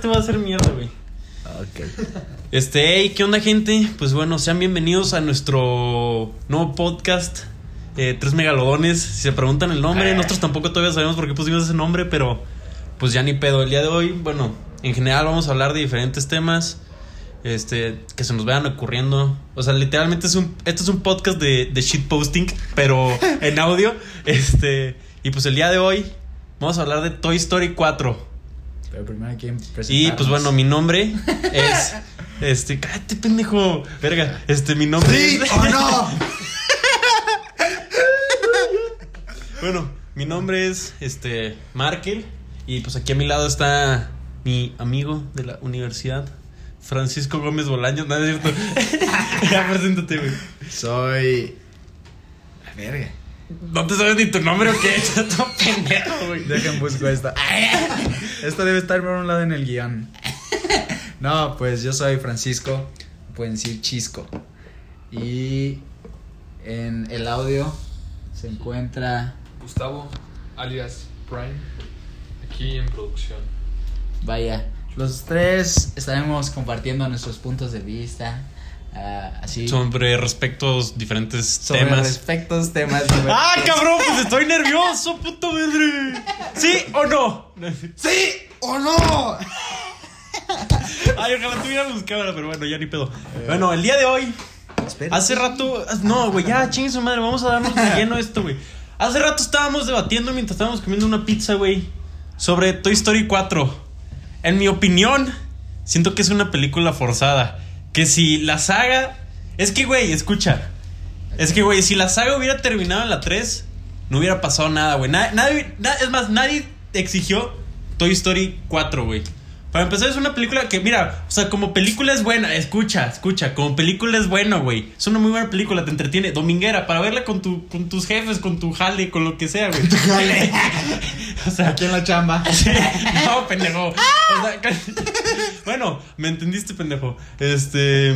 te va a hacer mierda, güey. Ah, Ok. Este, hey, ¿qué onda, gente? Pues bueno, sean bienvenidos a nuestro nuevo podcast. eh, Tres megalodones. Si se preguntan el nombre, Eh. nosotros tampoco todavía sabemos por qué pusimos ese nombre, pero pues ya ni pedo. El día de hoy, bueno, en general vamos a hablar de diferentes temas. Este, que se nos vayan ocurriendo. O sea, literalmente es un. Este es un podcast de, de shitposting, pero en audio. Este. Y pues el día de hoy. Vamos a hablar de Toy Story 4. Pero primero hay que Y pues bueno, mi nombre es. Este, cállate, pendejo. Verga, este, mi nombre ¡Sí es. o no! Bueno, mi nombre es este Markel. Y pues aquí a mi lado está mi amigo de la universidad, Francisco Gómez Bolaños. Nada es cierto. ya preséntate, güey. Soy... La verga. ¿No te sabes ni tu nombre o qué? Chato pendejo, güey. Dejen busco esta. Esto debe estar por un lado en el guión. No, pues yo soy Francisco. Pueden decir Chisco. Y en el audio se encuentra Gustavo, alias Prime, aquí en producción. Vaya, los tres estaremos compartiendo nuestros puntos de vista. ah, así. Sobre respectos diferentes sobre temas. respectos, temas. ¡Ah, cabrón! Pues estoy nervioso, puto madre. ¿Sí o no? ¡Sí o no! Ay, ojalá tuviéramos cámara, pero bueno, ya ni pedo. Bueno, el día de hoy, Espera. hace rato. No, güey, ya chingue su madre, vamos a darnos de lleno esto, güey. Hace rato estábamos debatiendo mientras estábamos comiendo una pizza, güey, sobre Toy Story 4. En mi opinión, siento que es una película forzada. Que si la saga. Es que, güey, escucha. Es que, güey, si la saga hubiera terminado en la 3, no hubiera pasado nada, güey. Na- nadie- na- es más, nadie exigió Toy Story 4, güey. Para empezar, es una película que, mira, o sea, como película es buena, escucha, escucha, como película es bueno, güey. Es una muy buena película, te entretiene, dominguera, para verla con, tu, con tus jefes, con tu jale, con lo que sea, güey. jale. o sea, en la chamba. Sí, Este, no, pendejo. O sea, bueno, me entendiste, pendejo. Este.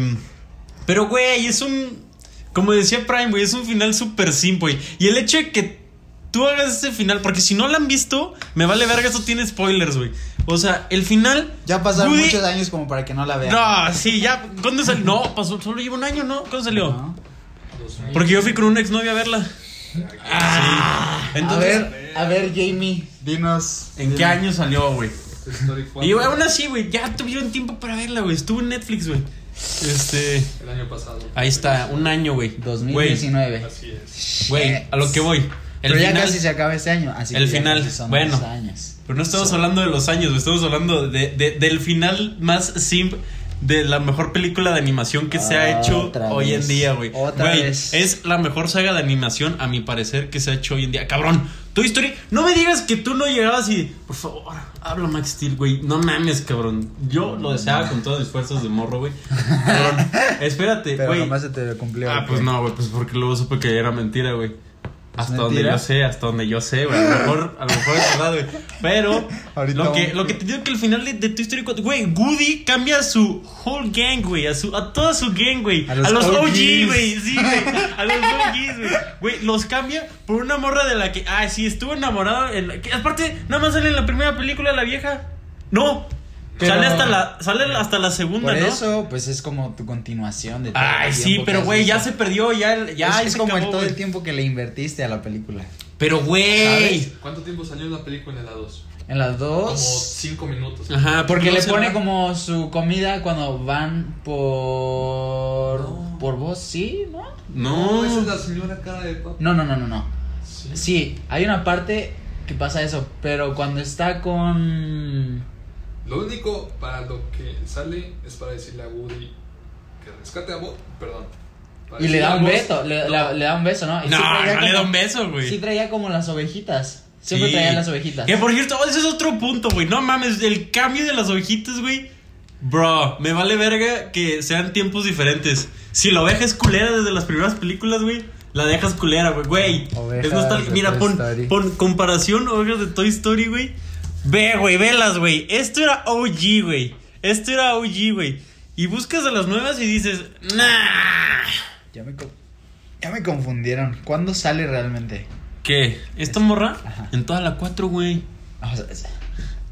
Pero, güey, es un. Como decía Prime, güey, es un final súper simple. güey. Y el hecho de que tú hagas ese final, porque si no lo han visto, me vale verga, eso tiene spoilers, güey. O sea, el final. Ya pasaron Woody- muchos años como para que no la vean. No, sí, ya. ¿Cuándo salió? No, pasó, solo lleva un año, ¿no? ¿Cuándo salió? ¿No? Porque yo fui con una exnovia a verla. Ah, entonces, a ver, a ver, Jamie, dinos. ¿en qué año salió, güey? Toy Story 4, Y aún así, güey, ya tuvieron tiempo para verla, güey. Estuvo en Netflix, güey. Este. el año pasado. Ahí está, un año, güey. 2019. Así es. Güey, güey, a lo que voy. El Eh, Pero final, ya casi se acaba este año, así El que ya final, casi son bueno. dos años. Pero no estamos So- hablando de los años, güey. Estamos hablando de, de- del final más simp de la mejor película de animación que se ha hecho Ah, Otra hoy en vez. día, güey. Otra Güey, vez. Es la mejor saga de animación, a mi parecer, que se ha hecho hoy en día. Cabrón, Toy Story. No me digas que tú no llegabas y. Por favor, habla Max Steel, güey. No mames, cabrón. Yo lo deseaba con todos mis esfuerzos de morro, güey. Cabrón, espérate, Pero Eh, güey. jamás se te cumplió. Ah, ¿o pues qué? no, güey, pues porque luego supe que era mentira, güey. Hasta donde mentira? yo sé, hasta donde yo sé, güey. A lo mejor, a lo mejor es verdad, güey. Pero Ahorita lo que, vamos. lo que te digo que el final de, de Toy Story 4, güey, Woody cambia a su whole gang, güey, a su a toda su gang, güey, A a los los, OGs. OG, güey, sí, güey, a los OGs, güey. Güey, los cambia por una morra de la que, ah, sí, estuvo enamorado en la- que aparte nada más sale en la primera película la vieja. No. Pero- sale hasta la sale hasta la segunda, Por ¿no? eso, pues es como tu continuación de todo Ay, el sí, tiempo que pero has güey, ya hecho. se perdió, ya, el- ya es, ahí es se como el acabó, todo el güey. tiempo que le invertiste a la película. Pero güey. ¿Sabes? ¿Cuánto tiempo salió la película en la 2? En las Como dos. 5 minutos. Ajá, Porque no le se pone va. como su comida cuando van por. No. por vos, ¿sí? ¿No? No. esa es la señora cara de papa. No, no, no, no, no. Sí. Sí, hay una parte que pasa eso, pero cuando está con. Lo único para lo que sale es para decirle a Woody que rescate a Bob. Perdón. Para Y le decirle da a un Buzz- beso, le, No, la- le da un beso, ¿no? Y sí No, traía no le da como- un beso, güey. Sí traía como las ovejitas. Siempre Sí. traía las ovejitas. Que por cierto, ese es otro punto, güey. No mames, el cambio de las hojitas, güey. Bro, me vale verga que sean tiempos diferentes. Si la oveja es culera desde las primeras películas, güey, la dejas culera, güey. Güey, Ovejas es nostálgico. de Mira, Toy pon, Story. pon comparación ovejas de Toy Story, güey. Ve, güey, velas, güey. Esto era OG, güey. Esto era OG, güey. Y buscas a las nuevas y dices, nah. Ya me, co- ya me confundieron. ¿Cuándo sale realmente? ¿Qué? ¿Esta morra? Ajá. En toda la 4, güey. O sea, es-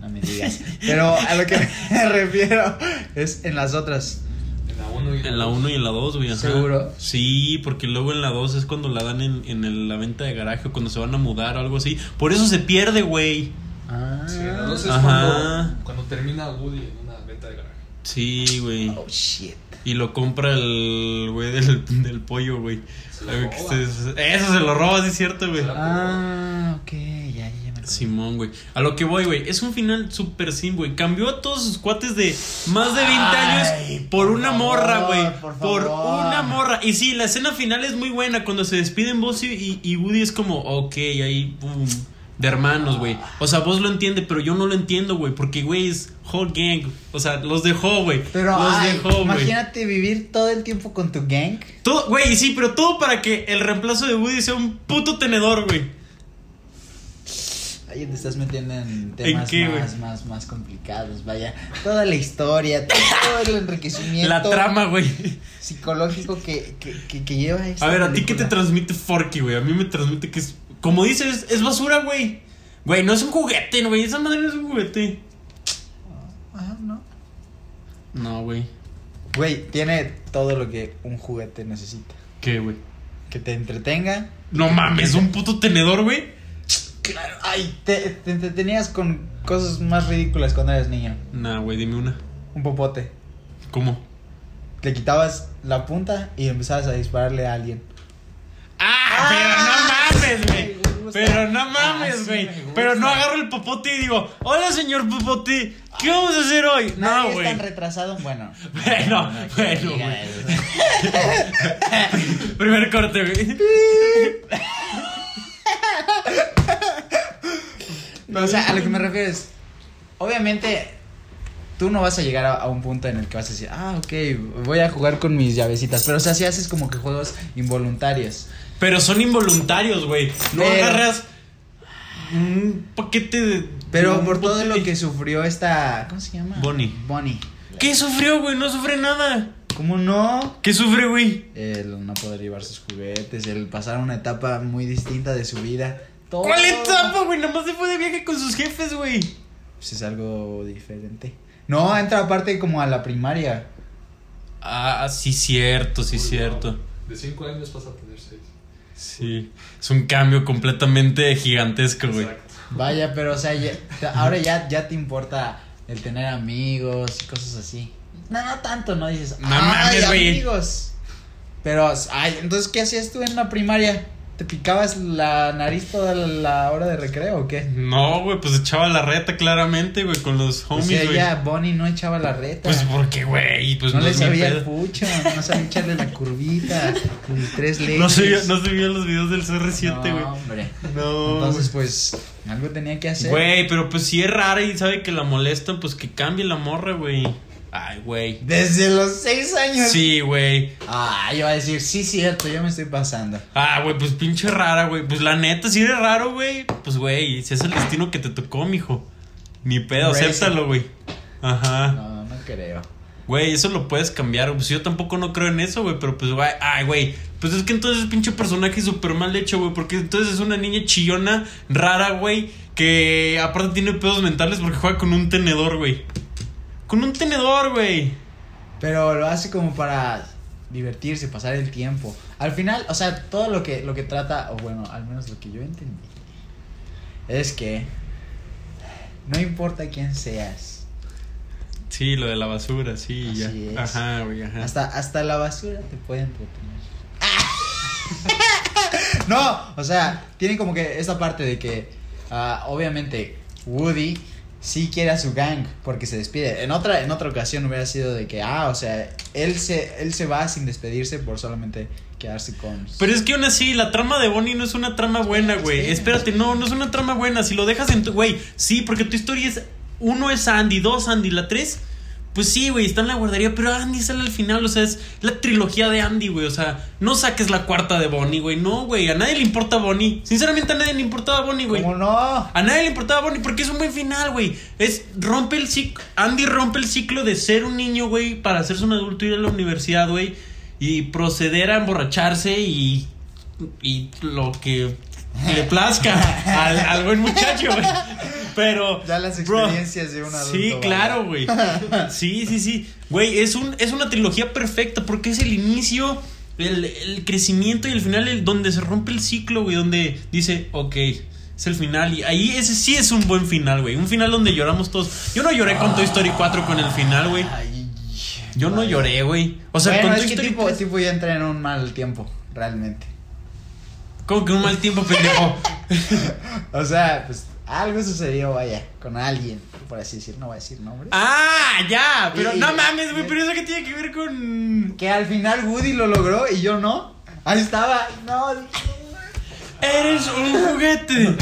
no, No me digas. Pero a lo que me refiero es en las otras. En la 1 y En la 1 y en la 2, güey. ajá. ¿Seguro? Sí, porque luego en la 2 es cuando la dan en, en el- la venta de garaje o cuando se van a mudar o algo así. Por eso se pierde, güey. Ah, Sí, en la 2 es Ajá. cuando, cuando termina Woody en una venta de garaje. Sí, güey. Oh shit. Y lo compra el güey del, del pollo, güey. Se lo Algo que roba. ustedes- Eso se lo roba, sí es cierto, güey. Ah, ok, ya, ya me acordé. Simón, güey. A lo que voy, güey. Es un final súper sim, güey. Cambió a todos sus cuates de más de 20 Ay, años por por una favor, morra, güey. Por, por favor. una morra. Y sí, la escena final es muy buena. Cuando se despiden vos y, y- y Woody es como, ok, ahí, pum. De hermanos, güey. O sea, vos lo entiende, pero yo no lo entiendo, güey. Porque, güey, es whole gang. O sea, los dejó, güey. Pero los ay, dejó, güey. imagínate vivir todo el tiempo con tu gang. Todo, güey, sí, pero todo para que el reemplazo de Woody sea un puto tenedor, güey. Ahí te estás metiendo en temas qué, güey? más, más, más complicados. Vaya, toda la historia, todo el enriquecimiento La trama, güey. psicológico que, que, que, que lleva esta A ver, ¿a ti qué te película. transmite Forky, güey? A mí me transmite que es. Como dices, es basura, güey. Güey, no es un juguete, güey. Esa madre no es un juguete. Ah, no. No, güey. Güey, tiene todo lo que un juguete necesita. ¿Qué, güey? Que te entretenga. No mames, un puto tenedor, güey. Claro, ay, te, te entretenías con cosas más ridículas cuando eras niño. Nah, güey, dime una. Un popote. ¿Cómo? Le quitabas la punta y empezabas a dispararle a alguien. ¡Ah! Pero no mames, güey. me gusta. Pero no Ah, sí, mames, güey. me gusta. Pero no agarro el popote y digo, hola, señor popote, ¿qué vamos a hacer hoy? No, Nadie güey. es tan retrasado. Bueno. Bueno, bueno, diga güey. eso. Primer corte, güey. Pero, o sea, a lo que me refiero es. Obviamente, tú no vas a llegar a, a un punto en el que vas a decir, ah, ok, voy a jugar con mis llavecitas. Pero, o sea, si haces como que juegos involuntarios. Pero son involuntarios, güey. No Pero- agarras un paquete de. Pero un por todo bote lo de- que sufrió esta. ¿Cómo se llama? Bonnie. Bonnie. ¿Qué sufrió, güey? No sufre nada. ¿Cómo no? ¿Qué sufre, güey? El no poder llevar sus juguetes, el pasar una etapa muy distinta de su vida. Todo- ¿Cuál etapa, güey? Nada más se fue de viaje con sus jefes, güey. Pues es algo diferente. No, entra aparte como a la primaria. Ah, sí, cierto, sí, Uy, no. cierto. De 5 años pasa a tener 6. Sí. Es un cambio completamente gigantesco, güey. Exacto. Vaya, pero o sea, ya- te- ahora ya, ya te importa el tener amigos y cosas así. No, no tanto, no dices, No ay, mames, güey". amigos. Pero, ay, entonces, ¿qué hacías tú en la primaria? ¿Te picabas la nariz toda la hora de recreo o qué? No, güey, pues echaba la reta claramente, güey, con los O homies, sea, güey. Pues ella, Bonnie, no echaba la reta. Pues porque, güey, pues no, le es mi sabía el pedo. pucho, no sabía echarle la curvita, ni tres leyes. No subía, no subía los videos del CR7, güey. No, hombre. No. Entonces, pues, algo tenía que hacer. Güey, pero pues si es rara y sabe que la molestan, pues que cambie la morra, güey. Ay, güey. Desde los seis años. Sí, güey. Ah, yo iba a decir, sí, cierto, yo me estoy pasando. Ah, güey, pues pinche rara, güey. Pues la neta, si eres raro, güey. Pues, güey, si es el destino que te tocó, mijo. Ni pedo, Racism. acéptalo, güey. Ajá. No, no creo. Güey, eso lo puedes cambiar. Pues yo tampoco no creo en eso, güey. Pero pues, güey, ay, güey. Pues es que entonces es pinche personaje súper mal hecho, güey. Porque entonces es una niña chillona, rara, güey. Que aparte tiene pedos mentales porque juega con un tenedor, güey. Con un tenedor, güey. Pero lo hace como para divertirse, pasar el tiempo. Al final, o sea, todo lo que, lo que trata, o bueno, al menos lo que yo entendí, es que no importa quién seas, Sí, lo de la basura, sí, Así ya. es. Ajá, güey, ajá. hasta, hasta la basura te puede entretener. No, o sea, tiene como que esta parte de que, ah, obviamente, Woody sí quiere a su gang porque se despide. En otra, en otra ocasión hubiera sido de que, ah, o sea, él se, él se va sin despedirse por solamente quedarse con. Pero es que aún así, la trama de Bonnie no es una trama buena, güey. Sí. Espérate, no, no es una trama buena. Si lo dejas en tu. Güey, sí, porque tu historia es. Uno es Andy, dos Andy, la tres. Pues sí, güey, está en la guardería, pero Andy sale al final, o sea, es la trilogía de Andy, güey. O sea, no saques la cuarta de Bonnie, güey. No, güey, a nadie le importa Bonnie. Sinceramente, a nadie le importaba Bonnie, güey. ¿Cómo no? A nadie le importaba Bonnie porque es un buen final, güey. Es rompe el ciclo. Andy rompe el ciclo de ser un niño, güey, para hacerse un adulto, ir a la universidad, güey. Y proceder a emborracharse y. Y lo que le plazca al, al buen muchacho, güey. Pero. Ya las bro, experiencias de un adulto. Sí, vaya. claro, güey. Sí, sí, sí. Güey, es, un, es una trilogía perfecta porque es el inicio, el, el crecimiento y el final el, donde se rompe el ciclo, güey. Donde dice, ok, es el final. Y ahí ese sí es un buen final, güey. Un final donde lloramos todos. Yo no lloré con Toy Story 4 con el final, güey. Ay, Yo no vaya. lloré, güey. O sea, bueno, con es Toy que Story tipo, 3, tipo ya entra en un mal tiempo, realmente. Como que un mal tiempo, pendejo. O sea, pues algo sucedió, vaya, con alguien, por así decir, no voy a decir nombres. ah, ya. Pero Y- no mames, güey. Pero eso que tiene que ver con. Que al final Woody lo logró y yo no. Ahí estaba, no. Eres un juguete.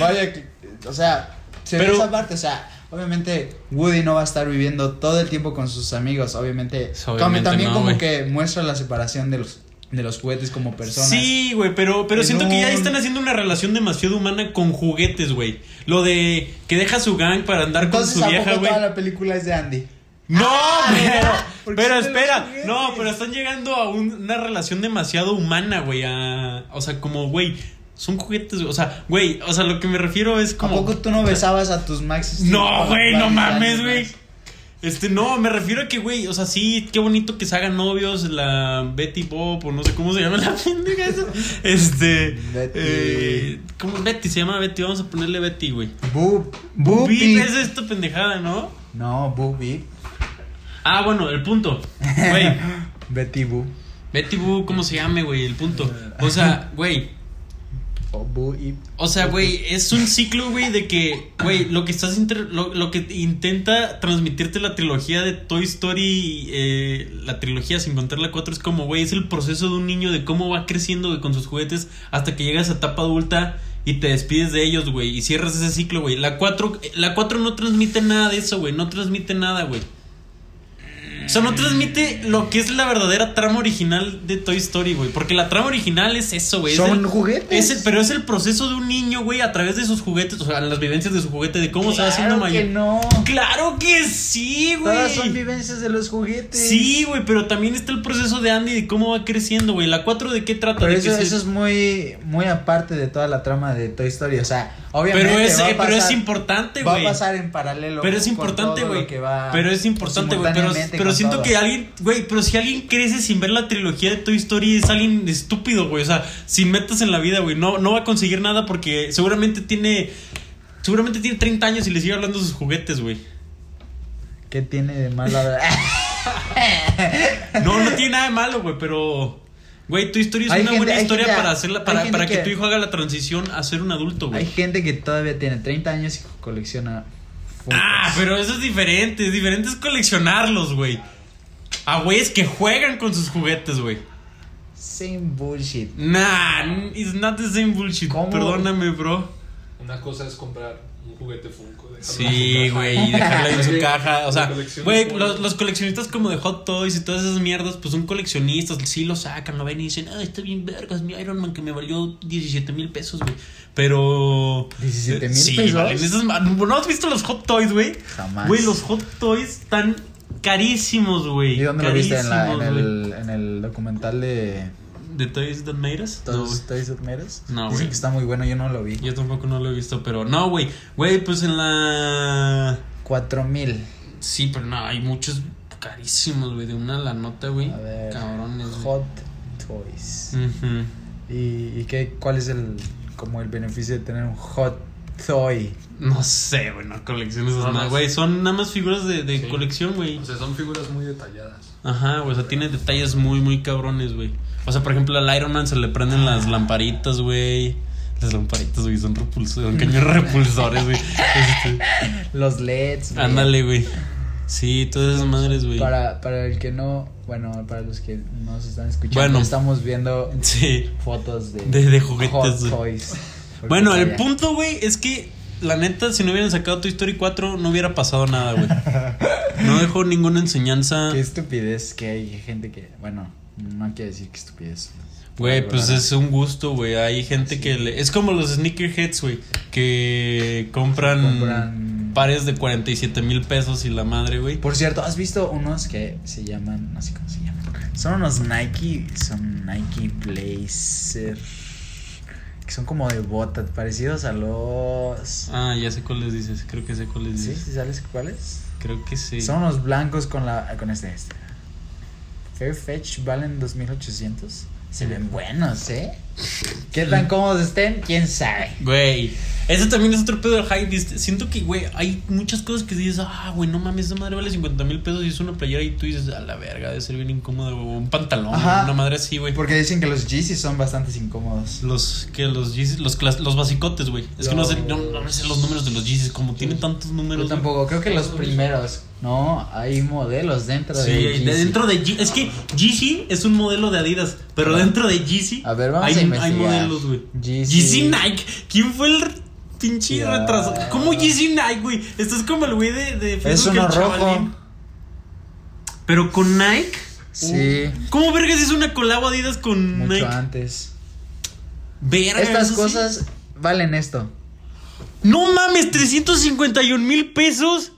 Vaya, que- o sea, se ve Pero- esa parte, o sea, obviamente Woody no va a estar viviendo todo el tiempo con sus amigos, obviamente. Sí, Como- Pues obviamente también no, como güey. que muestra la separación de los, de los juguetes como personas. Sí, güey, pero, pero En siento que ya un- están haciendo una relación demasiado humana con juguetes, güey. Lo de que deja su gang para andar Entonces, con su ¿a vieja, poco güey. toda la película es de Andy? No, Ah, pero, ¿verdad? Porque pero son de los espera. juguetes. No, pero están llegando a un- una relación demasiado humana, güey. a- O sea, como, güey, son juguetes, güey, o sea, güey, o sea, lo que me refiero es como... ¿A poco tú no besabas a tus Max Steel No, para güey, jugar no de mames, Andy güey. Max? Este, no, me refiero a que, güey, o sea, sí, qué bonito que se hagan novios, la Betty Bob, o no sé cómo se llama la pendeja esa. Este. Betty. eh, ¿Cómo Betty? Se llama Betty, vamos a ponerle Betty, güey. Boop, Bip Boopy. es esta pendejada, ¿no? No, Boopy. Ah, bueno, el punto. Güey, Betty Boop. Betty Boo, ¿cómo se llame, güey? El punto. O sea, güey, O Boop. O sea, güey, es un ciclo, güey, de que, güey, lo que estás inter- lo, lo que intenta transmitirte la trilogía de Toy Story, eh, la trilogía sin contar la 4, es como, güey, es el proceso de un niño de cómo va creciendo, güey, con sus juguetes hasta que llegas a etapa adulta y te despides de ellos, güey, y cierras ese ciclo, güey. La 4, la 4 no transmite nada de eso, güey, no transmite nada, güey. O sea, no transmite lo que es la verdadera trama original de Toy Story, güey. Porque la trama original es eso, güey. Pues es Son el- juguetes. es el- pero es el proceso de un niño, güey, a través de sus juguetes, o sea, las vivencias de su juguete, de cómo se va haciendo Claro mayor. que no. Claro que sí, Todas son güey. vivencias de los juguetes. Sí, güey, pero también está el proceso de Andy de cómo va creciendo, güey. La 4 de qué trata, Pero de eso, que se- eso es muy, muy aparte de toda la trama de Toy Story. O sea, obviamente. pero es, va a eh, pero es pasar- importante, Va a güey. pasar en paralelo. Pero es con importante, todo lo güey. que va Pero es importante, güey. Pero, simultáneamente pero con siento todo. que alguien, güey, pero si alguien crece sin ver la trilogía de Toy Story, es alguien estúpido, güey. O sea, sin metas en la vida, güey. No, no va a conseguir nada porque seguramente tiene. Seguramente tiene 30 años y le sigue hablando de sus juguetes, güey. ¿Qué tiene de malo? No, no tiene nada de malo, güey, pero. Güey, tu historia es Hay una gente- buena hay historia gente- para hacerla, hay para, gente para que, que- tu hijo haga la transición a ser un adulto, Hay güey. gente que todavía tiene 30 años y colecciona. Funkos. Ah, pero eso es diferente. es Diferente es coleccionarlos, güey. A güeyes que juegan con sus juguetes, güey. Same bullshit. Nah, n- it's not the same bullshit. ¿Cómo? Perdóname, bro. Una cosa es comprar un juguete Funko. dejarlo en Sí, su caja. güey, y dejarla en su Sí, caja. O sea, la colección güey, de los, Funko. los coleccionistas como de Hot Toys y todas esas mierdas, pues son coleccionistas, sí lo sacan, lo ven y dicen, ah, está bien vergas, mi Iron Man que me valió 17 mil pesos, güey. Pero. eh, 17 mil Sí, pesos. valen esas ma- ¿No has visto los Hot Toys, güey? Jamás. Güey, los Hot Toys están carísimos, güey. ¿Y dónde lo viste? ¿En, la- en carísimos, güey. el, en el documental de ¿De Toys That Made Us? No, güey. Toys, Toys That Made Us? No, Dicen güey. que está muy bueno, yo no lo vi. Yo tampoco no lo he visto, pero no, güey. Güey, pues en la. 4000. Sí, pero no, hay muchos carísimos, güey. De una a la nota, güey. A ver. Cabrones, güey. Hot Toys. Ujú. ¿Y, y qué, cuál es el como el beneficio de tener un Hot Toy? No sé, güey, no colecciones Nada esas nada, más. güey. Son nada más figuras de, de Sí. colección, güey. O sea, son figuras muy detalladas. Ajá, güey. O sea, tiene detalles muy, muy cabrones, güey. O sea, por ejemplo, al Iron Man se le prenden las Ah. lamparitas, güey. Las lamparitas, güey, son repulsores, son cañones repulsores, güey. Este, Los LEDs. güey. ándale, güey. Sí, todas esas madres, güey. Para, para el que no, bueno, para los que nos están escuchando, Bueno. estamos viendo Sí. fotos de, De- de juguetes, Hot güey. Toys. Porque Bueno, el vaya. punto, güey, es que la neta, si no hubieran sacado Toy Story 4, no hubiera pasado nada, güey. No dejó ninguna enseñanza. Qué estupidez que hay gente que, bueno, no quiero decir que estupidez. Güey, pues ¿verdad? es un gusto, güey. Hay gente Sí. que le... Es como los sneakerheads, güey, que compran, Compran- pares de 47 mil pesos y la madre, güey. Por cierto, ¿has visto unos que se llaman, no sé cómo se llaman? Son unos Nike, son Nike Blazer. que son como de botas, parecidos a los... Ah, ya sé cuáles dices. Creo que sé cuáles ¿Sí? dices. ¿Sí sabes cuáles? Creo que sí. Son unos blancos con la con este, este. Fairfetch valen 2800. Se ven buenos, ¿eh? ¿Qué tan cómodos estén? ¿Quién sabe? Güey. Ese también es otro pedo del hype. ¿viste? Siento que, güey, hay muchas cosas que dices, ah, güey, no mames, esa madre vale 50 mil pesos y es una playera y tú dices, a la verga, debe ser bien incómodo, güey, un pantalón, Ajá. una madre así, güey. Porque dicen que los Yeezys son bastante incómodos. Los que los Yeezys, los, clas- los basicotes, güey. Es que no sé, Los- no, no me sé los números de los Yeezys, como tienen tantos números. Yo tampoco, creo que los primeros. No, hay modelos dentro güey. Sí, de de- Yeezy. dentro de Yeezy. Es que Yeezy es un modelo de Adidas, pero dentro de Yeezy A ver, vamos hay, a investigar. hay modelos, güey. Yeezy. Yeezy Nike. ¿Quién fue el pinche Ya. retraso? ¿Cómo Yeezy Nike, güey? Esto es como el güey de, de Es el uno rojo. chavalín. Pero con Nike. uh, Sí, ¿Cómo vergas es una colabo Adidas con Uh, mucho Nike? antes. Verga, Estas eso sí. cosas valen esto. No mames, 351 mil pesos.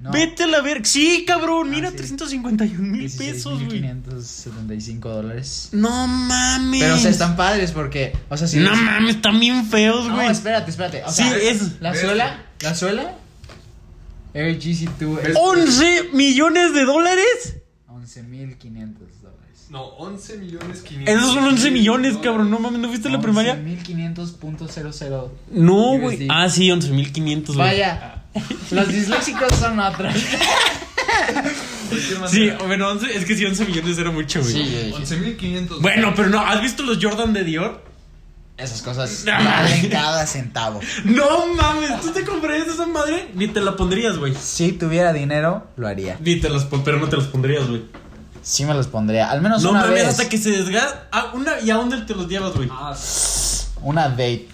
No, Vete a la verga. Sí, cabrón, Ah, mira, sí. 351 mil pesos, güey. 16.575 dólares. No mames. Pero o sea, están padres porque, o sea, si No mames, están bien feos, No, güey. espérate, espérate. O Sí, sea, es- La Ve- suela, la suela. Air Ve- GC2 ¿11 millones de dólares? es 11.500 dólares. No, 11 millones 500. Esos son 11 millones, cabrón. No mames, ¿no fuiste a la primaria? 11.500.00. No, USD. güey. Ah, sí, 11.500, güey. Vaya, los disléxicos son otros. Sí, bueno, 11 es que sí, 11 millones era mucho, güey. Sí, 11.500. Bueno, pero no, ¿has visto los Jordan de Dior? Esas cosas No. valen cada centavo. No mames, ¿tú te comprarías esa madre? Ni te la pondrías, güey. Si tuviera dinero, lo haría. Ni te las pon- pero no te las pondrías, güey. Sí me los pondría. Al menos No una mames, vez. hasta que se desgasta. Ah, una, ¿Y a dónde te los llevas, güey? Ah, Una date.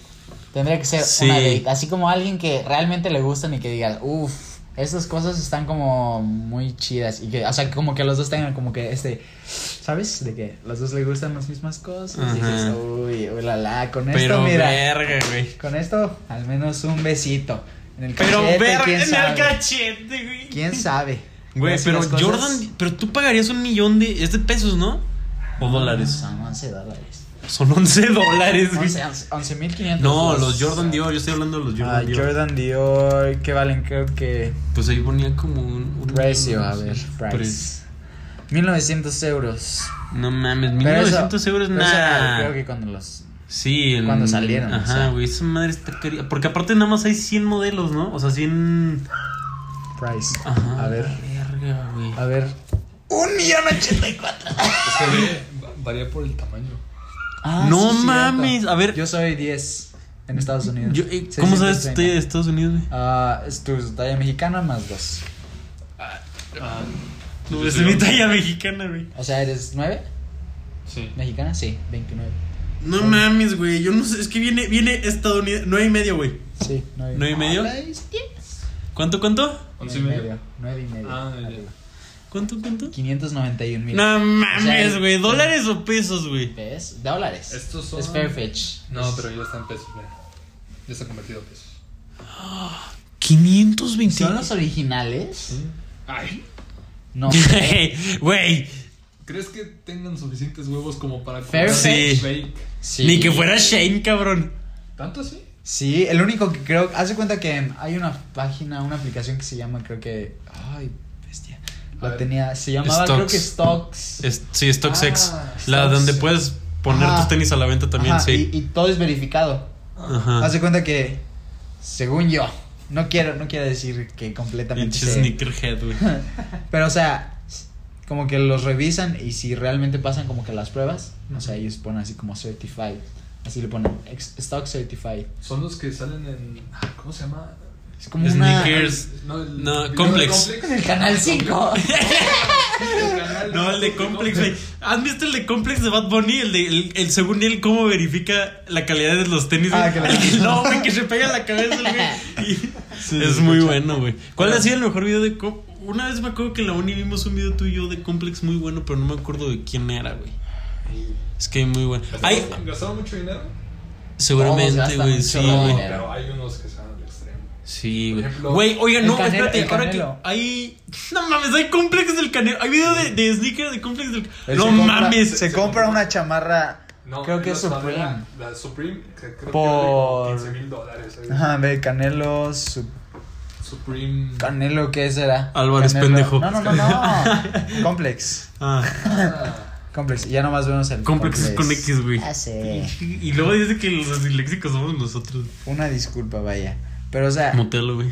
Tendría que ser Sí. una date. Así como alguien que realmente le gustan y que digan, uff, estas cosas están como muy chidas. Y que, o sea, como que los dos tengan como que este, ¿sabes? De que los dos le gustan las mismas cosas. Y Ajá. dices, uy, uy, la, la, con Pero esto, mira. verga, güey. Con esto, al menos un besito. En el Pero cachete, verga ¿quién en el sabe? cachete, güey. ¿Quién sabe? Güey, Así pero las cosas Jordan, pero tú pagarías un millón de, es de pesos, ¿no? O dólares. Son 11 Ah, dólares. Son 11 dólares, güey. 11, 11.500. No, los Jordan Dior, yo estoy hablando de los Jordan Ah, Dior. Jordan Dior, que valen creo que Pues ahí ponía como un, un- Precio, no a sé, ver, precio. price. 1900 euros. No mames, Pero eso- 1900 euros pero eso nada. Creo que cuando los. Sí, el- Cuando salieron, o Ajá, sea. güey, esa madre está querida. Porque aparte nada más hay 100 modelos, ¿no? O sea, 100 Price. Ajá. A ver. Verga, güey. A ver. Un millón ochenta y cuatro. es que ve- va- Ah, varía por el tamaño. Ah, No sí, cierto. mames, a ver. Yo soy 10 en Estados Unidos. Yo- eh, ¿Cómo sabes que estoy de 630. Estados Unidos, güey? Ah, es tu talla mexicana más 2. Ah, No, Pues es mi talla mexicana, güey. O sea, eres 9 Sí. mexicana, sí, 29. No mames, güey. Yo no sé, es que viene, viene estadounidense. No hay medio, güey. Sí, 9. ¿Nueve y medio? ¿Cuánto, cuánto? 11 millones. 9 y medio. Ah, ya. arriba. ¿Cuánto, cuánto? 591 mil. No mames, sea, güey. el- ¿Dólares o pesos, güey? ¿Ves? Dólares. Estos son- Es Fairfetch. No, pero ya está en pesos, mira. Ya está convertido en pesos. 520. ¿Son los originales? Ay. No. Güey, ¿Crees que tengan suficientes huevos como para Fair comprar Sí. fake? Sí. ni que fuera Shane, cabrón. ¿Tanto así? Sí, el único que creo. Hace cuenta que hay una página, una aplicación que se llama, creo que. Ay, bestia. A La ver. tenía. Se llamaba, creo que Stocks. Es- sí, StockX. Ah, la donde StockX. puedes poner Ajá. tus tenis a la venta también, Ajá, sí. Y, y todo es verificado. Ajá. Hace cuenta que. Según yo. No quiero, no quiero decir que completamente. Pinche sé, sneakerhead, güey. Pero, o sea, como que los revisan y si realmente pasan como que las pruebas, o sea, ellos ponen así como certified. Así le ponen ex- stock certified. Son los que salen en. ah, ¿Cómo se llama? Es como una. Sneakers. No, el No, video de Complex. En el canal 5. El canal No, el de Complex, güey. ¿Han visto el de Complex de Bad Bunny? El de, el, el según él, cómo verifica la calidad de los tenis. güey? Ah, claro. El que no, güey, que se pega en la cabeza, güey. Y- es muy bueno, güey. ¿Cuál ha sido el mejor video de Com- Una vez me acuerdo que en la uni vimos un video tuyo de Complex muy bueno, pero no me acuerdo de quién era, güey. Es que muy bueno. Hay, ¿Gastaron- ¿Gastaron mucho dinero? seguramente, gastan güey, un sí, chorro de güey. dinero. Pero hay unos que salen al extremo. Sí, Por güey. ejemplo, Güey, oiga, el no, Canelo, espérate, el ahora que Canelo. hay. No mames, hay complex del canelo. Hay video de, de sneakers de complex del Él No se compra- mames. Se compra una chamarra No, Creo él que la es Supreme. sudadera, La Supreme, que creo Por- que vale 15 mil dólares. algo así. Ajá, de Canelo. su- Supreme. Canelo, ¿qué será? Álvarez, Canelo- pendejo. No, no, no, no. Complex. Ah, Ah, Complex. Y ya nomás vemos el. Complex es con X, güey. Ah, sí. Y, y luego dice que los disléxicos somos nosotros. Una disculpa, vaya. Pero, o sea. Motelo, güey.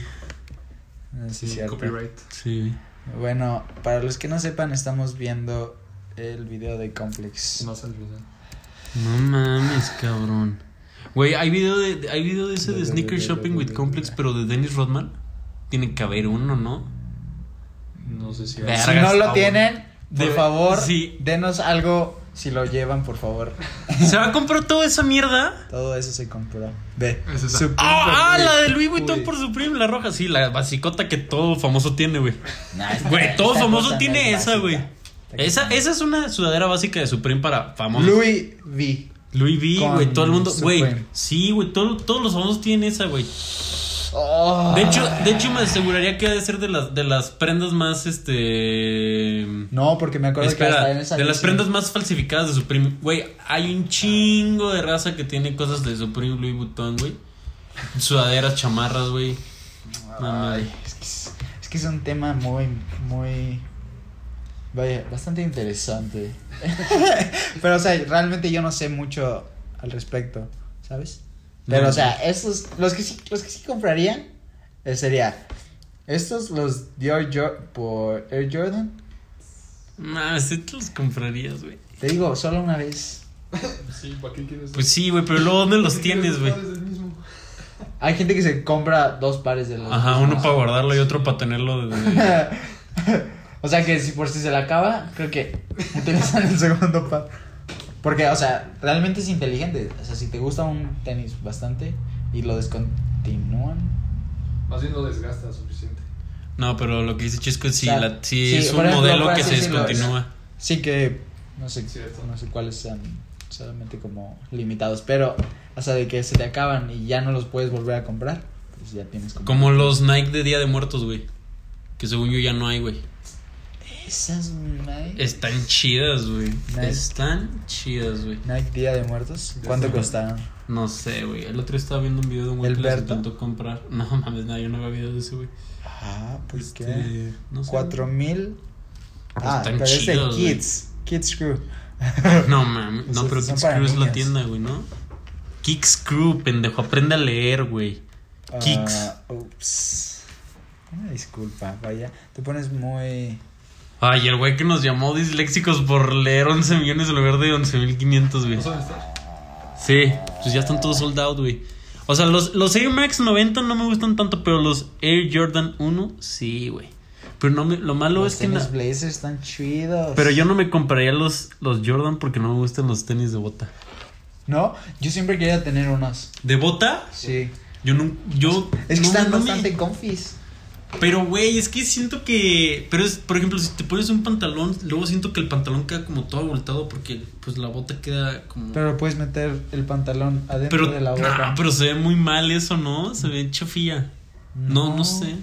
no, sí, sí, cierto. copyright. Sí, güey. Bueno, para los que no sepan, estamos viendo el video de Complex. No se olviden. No mames, cabrón. Güey, hay video de, de- hay video de ese de Ve, ve, Sneaker ve, ve, Shopping ve, with ve, Complex, ve. pero de Dennis Rodman. Tiene que haber uno, ¿no? No sé si. Ver- si Vergas, no lo favor. tienen, por Debe- favor, sí. denos algo. Si lo llevan, por favor. Se va a comprar toda esa mierda. Todo eso se compró. Ve. Es esa. Sup- Ah, ah, la de Louis Vuitton Uy. por Supreme, la roja, sí, la basicota que todo famoso tiene, güey. Nah, esta- Güey, todo esta famoso cosa no tiene es esa, básica. güey. Esa, esa es una sudadera básica de Supreme para famosos. Louis, Louis V. V, Con güey, todo el mundo. Güey, Supreme. sí, güey, todo- todos los famosos tienen esa, güey. Oh. De hecho, de hecho, me aseguraría que ha de ser de las, de las prendas más, este... No, porque me acuerdo que hasta en Espera, esa de las lista- prendas más falsificadas de Supreme. Güey, hay un chingo de raza que tiene cosas de Supreme Louis Vuitton, güey. Sudaderas, chamarras, güey. Ay, es, que es, es que es un tema muy, muy. Vaya, bastante interesante. Pero, o sea, realmente yo no sé mucho al respecto, ¿sabes? Pero, No, o sea, estos, los que sí, los que sí compraría, eh, sería. Estos los Dior Jo- por Air Jordan. Nah, sí te los comprarías, güey. Te digo, solo una vez. Sí, ¿para qué quieres? Pues sí, güey, pero luego ¿dónde los tienes, güey? Es el mismo. Hay gente que se compra dos pares de los. Ajá, uno para guardarlo y otro para tenerlo de- de- o sea que si por si se la acaba, creo que utilizan el segundo par. Porque, o sea, realmente es inteligente. O sea, si te gusta un tenis bastante y lo descontinúan. Más bien no desgasta suficiente. No, pero lo que dice Chisco es si, O sea, la- si sí, es por un ejemplo, modelo por que así se decirlo, descontinúa. Sí que no sé, Cierto. no sé cuáles sean solamente como limitados. Pero, o sea, de que se te acaban y ya no los puedes volver a comprar, pues ya tienes como. Como los Nike de Día de Muertos, güey. Que según yo ya no hay, güey. Esas Nike. Están chidas, güey. Nike. Están chidas, güey. Nike Día de Muertos. ¿Cuánto Ajá. costaron? No sé, güey. El otro día estaba viendo un video de un güey ¿El que les Berto? intentó comprar. No mames, nada, yo no veo videos de ese, güey. Ah, pues Este, qué. No sé. 4000. Pues Ah, están pero es de chidos, güey. Kids. Kids Crew. No mames. No, Esos pero son Kicks para Crew es la niños. tienda, güey, ¿no? Kicks Crew, pendejo. Aprende a leer, güey. Ah, Kicks. ups. Una disculpa, vaya. Te pones muy. Ay, el güey que nos llamó disléxicos por leer 11 millones en lugar de 11.500, güey. ¿No sabes estar? Sí, pues ya están todos sold out, güey. O sea, los, los Air Max 90 no me gustan tanto, pero los Air Jordan 1 sí, güey. Pero no me, lo malo Los es que... tenis na- blazers están chidos. pero yo no me compraría los, los Jordan porque no me gustan los tenis de bota. No, yo siempre quería tener unos. ¿De bota? Sí. Yo no... Yo, Es que no, están no me- bastante confis. Pero, güey, es que siento que... Pero, es, por ejemplo, si te pones un pantalón, luego siento que el pantalón queda como todo abultado porque pues la bota queda como... Pero puedes meter el pantalón adentro Pero, de la boca. nah, pero se ve muy mal eso, ¿no? Se ve chofía. no, no sé.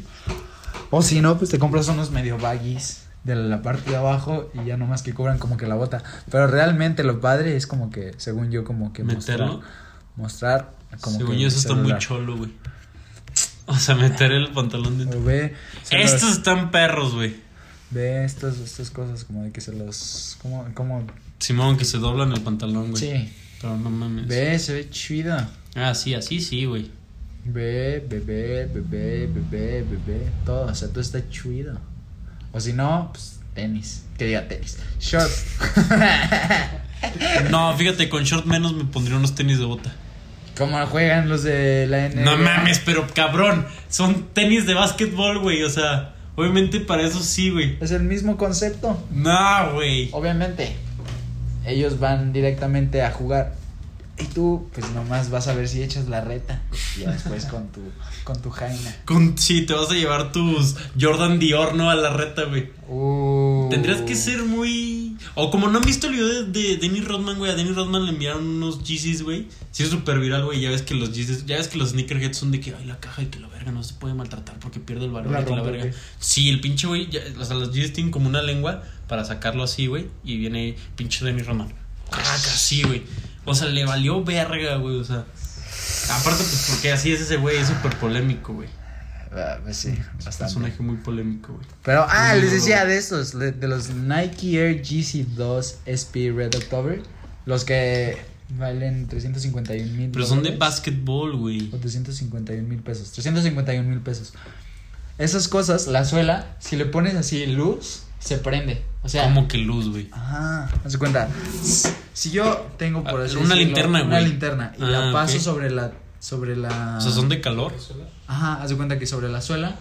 O si no, pues te compras unos medio baggies de la parte de abajo y ya nomás que cobran como que la bota. Pero realmente lo padre es como que, según yo, como que ¿Meterlo? mostrar. Mostrar como Según que yo, el eso está muy celular. cholo, güey. O sea, meter el pantalón dentro. O ve, se los- Estos están perros, güey. ve estas, estas cosas como de que se los. Como, como, Simón, que se doblan el pantalón, güey. sí. Pero no mames. Ve, se ve chido. Ah, sí, así sí, güey. Ve, bebé, bebé, bebé, bebé. Todo, o sea, todo está chido. O si no, pues tenis. Que diga tenis. Short. No, fíjate, con short menos me pondría unos tenis de bota. Como juegan los de la NBA. No mames, pero cabrón. Son tenis de básquetbol, güey. O sea, obviamente para eso sí, güey. Es el mismo concepto. No, güey. Obviamente, ellos van directamente a jugar. Y tú, pues nomás vas a ver si echas la reta. Y ya después con tu, con tu jaina. Con, sí, te vas a llevar tus Jordan Dior, ¿no? A la reta, güey. Uh. Tendrías que ser muy. O como no han visto el video de, de Dennis Rodman, güey. A Dennis Rodman le enviaron unos Yeezys, güey. Sí, es súper viral, güey. Ya ves que los Yeezys, ya ves que los sneakerheads son de que, ay, la caja y que la verga no se puede maltratar porque pierde el valor La y que la rompe, verga. güey. Sí, el pinche, güey. ya- O sea, los Yeezys tienen como una lengua para sacarlo así, güey. Y viene pinche Dennis Rodman. Caraca, sí, güey. O sea, le valió verga, güey. O sea. Aparte, pues porque así es ese güey, es súper polémico, güey. Ah, pues sí, Este Es un Uh. bastante. personaje muy polémico, güey. Pero, ah, Sí, les no, decía no. de estos, le- de los Nike Air GC2 SP Red October, los que valen 351 mil. Pero son de dólares, básquetbol, güey. O 351 mil pesos, 351 mil pesos. Esas cosas, la suela, si le pones así luz, se prende. O sea, Como que luz, güey. Ah, haz de cuenta. Si yo tengo por Ah, así una decirlo, linterna, una güey. linterna y Ah, la paso ok. sobre la sobre la O sea, son de calor. Ajá, haz de cuenta que sobre la suela Ajá.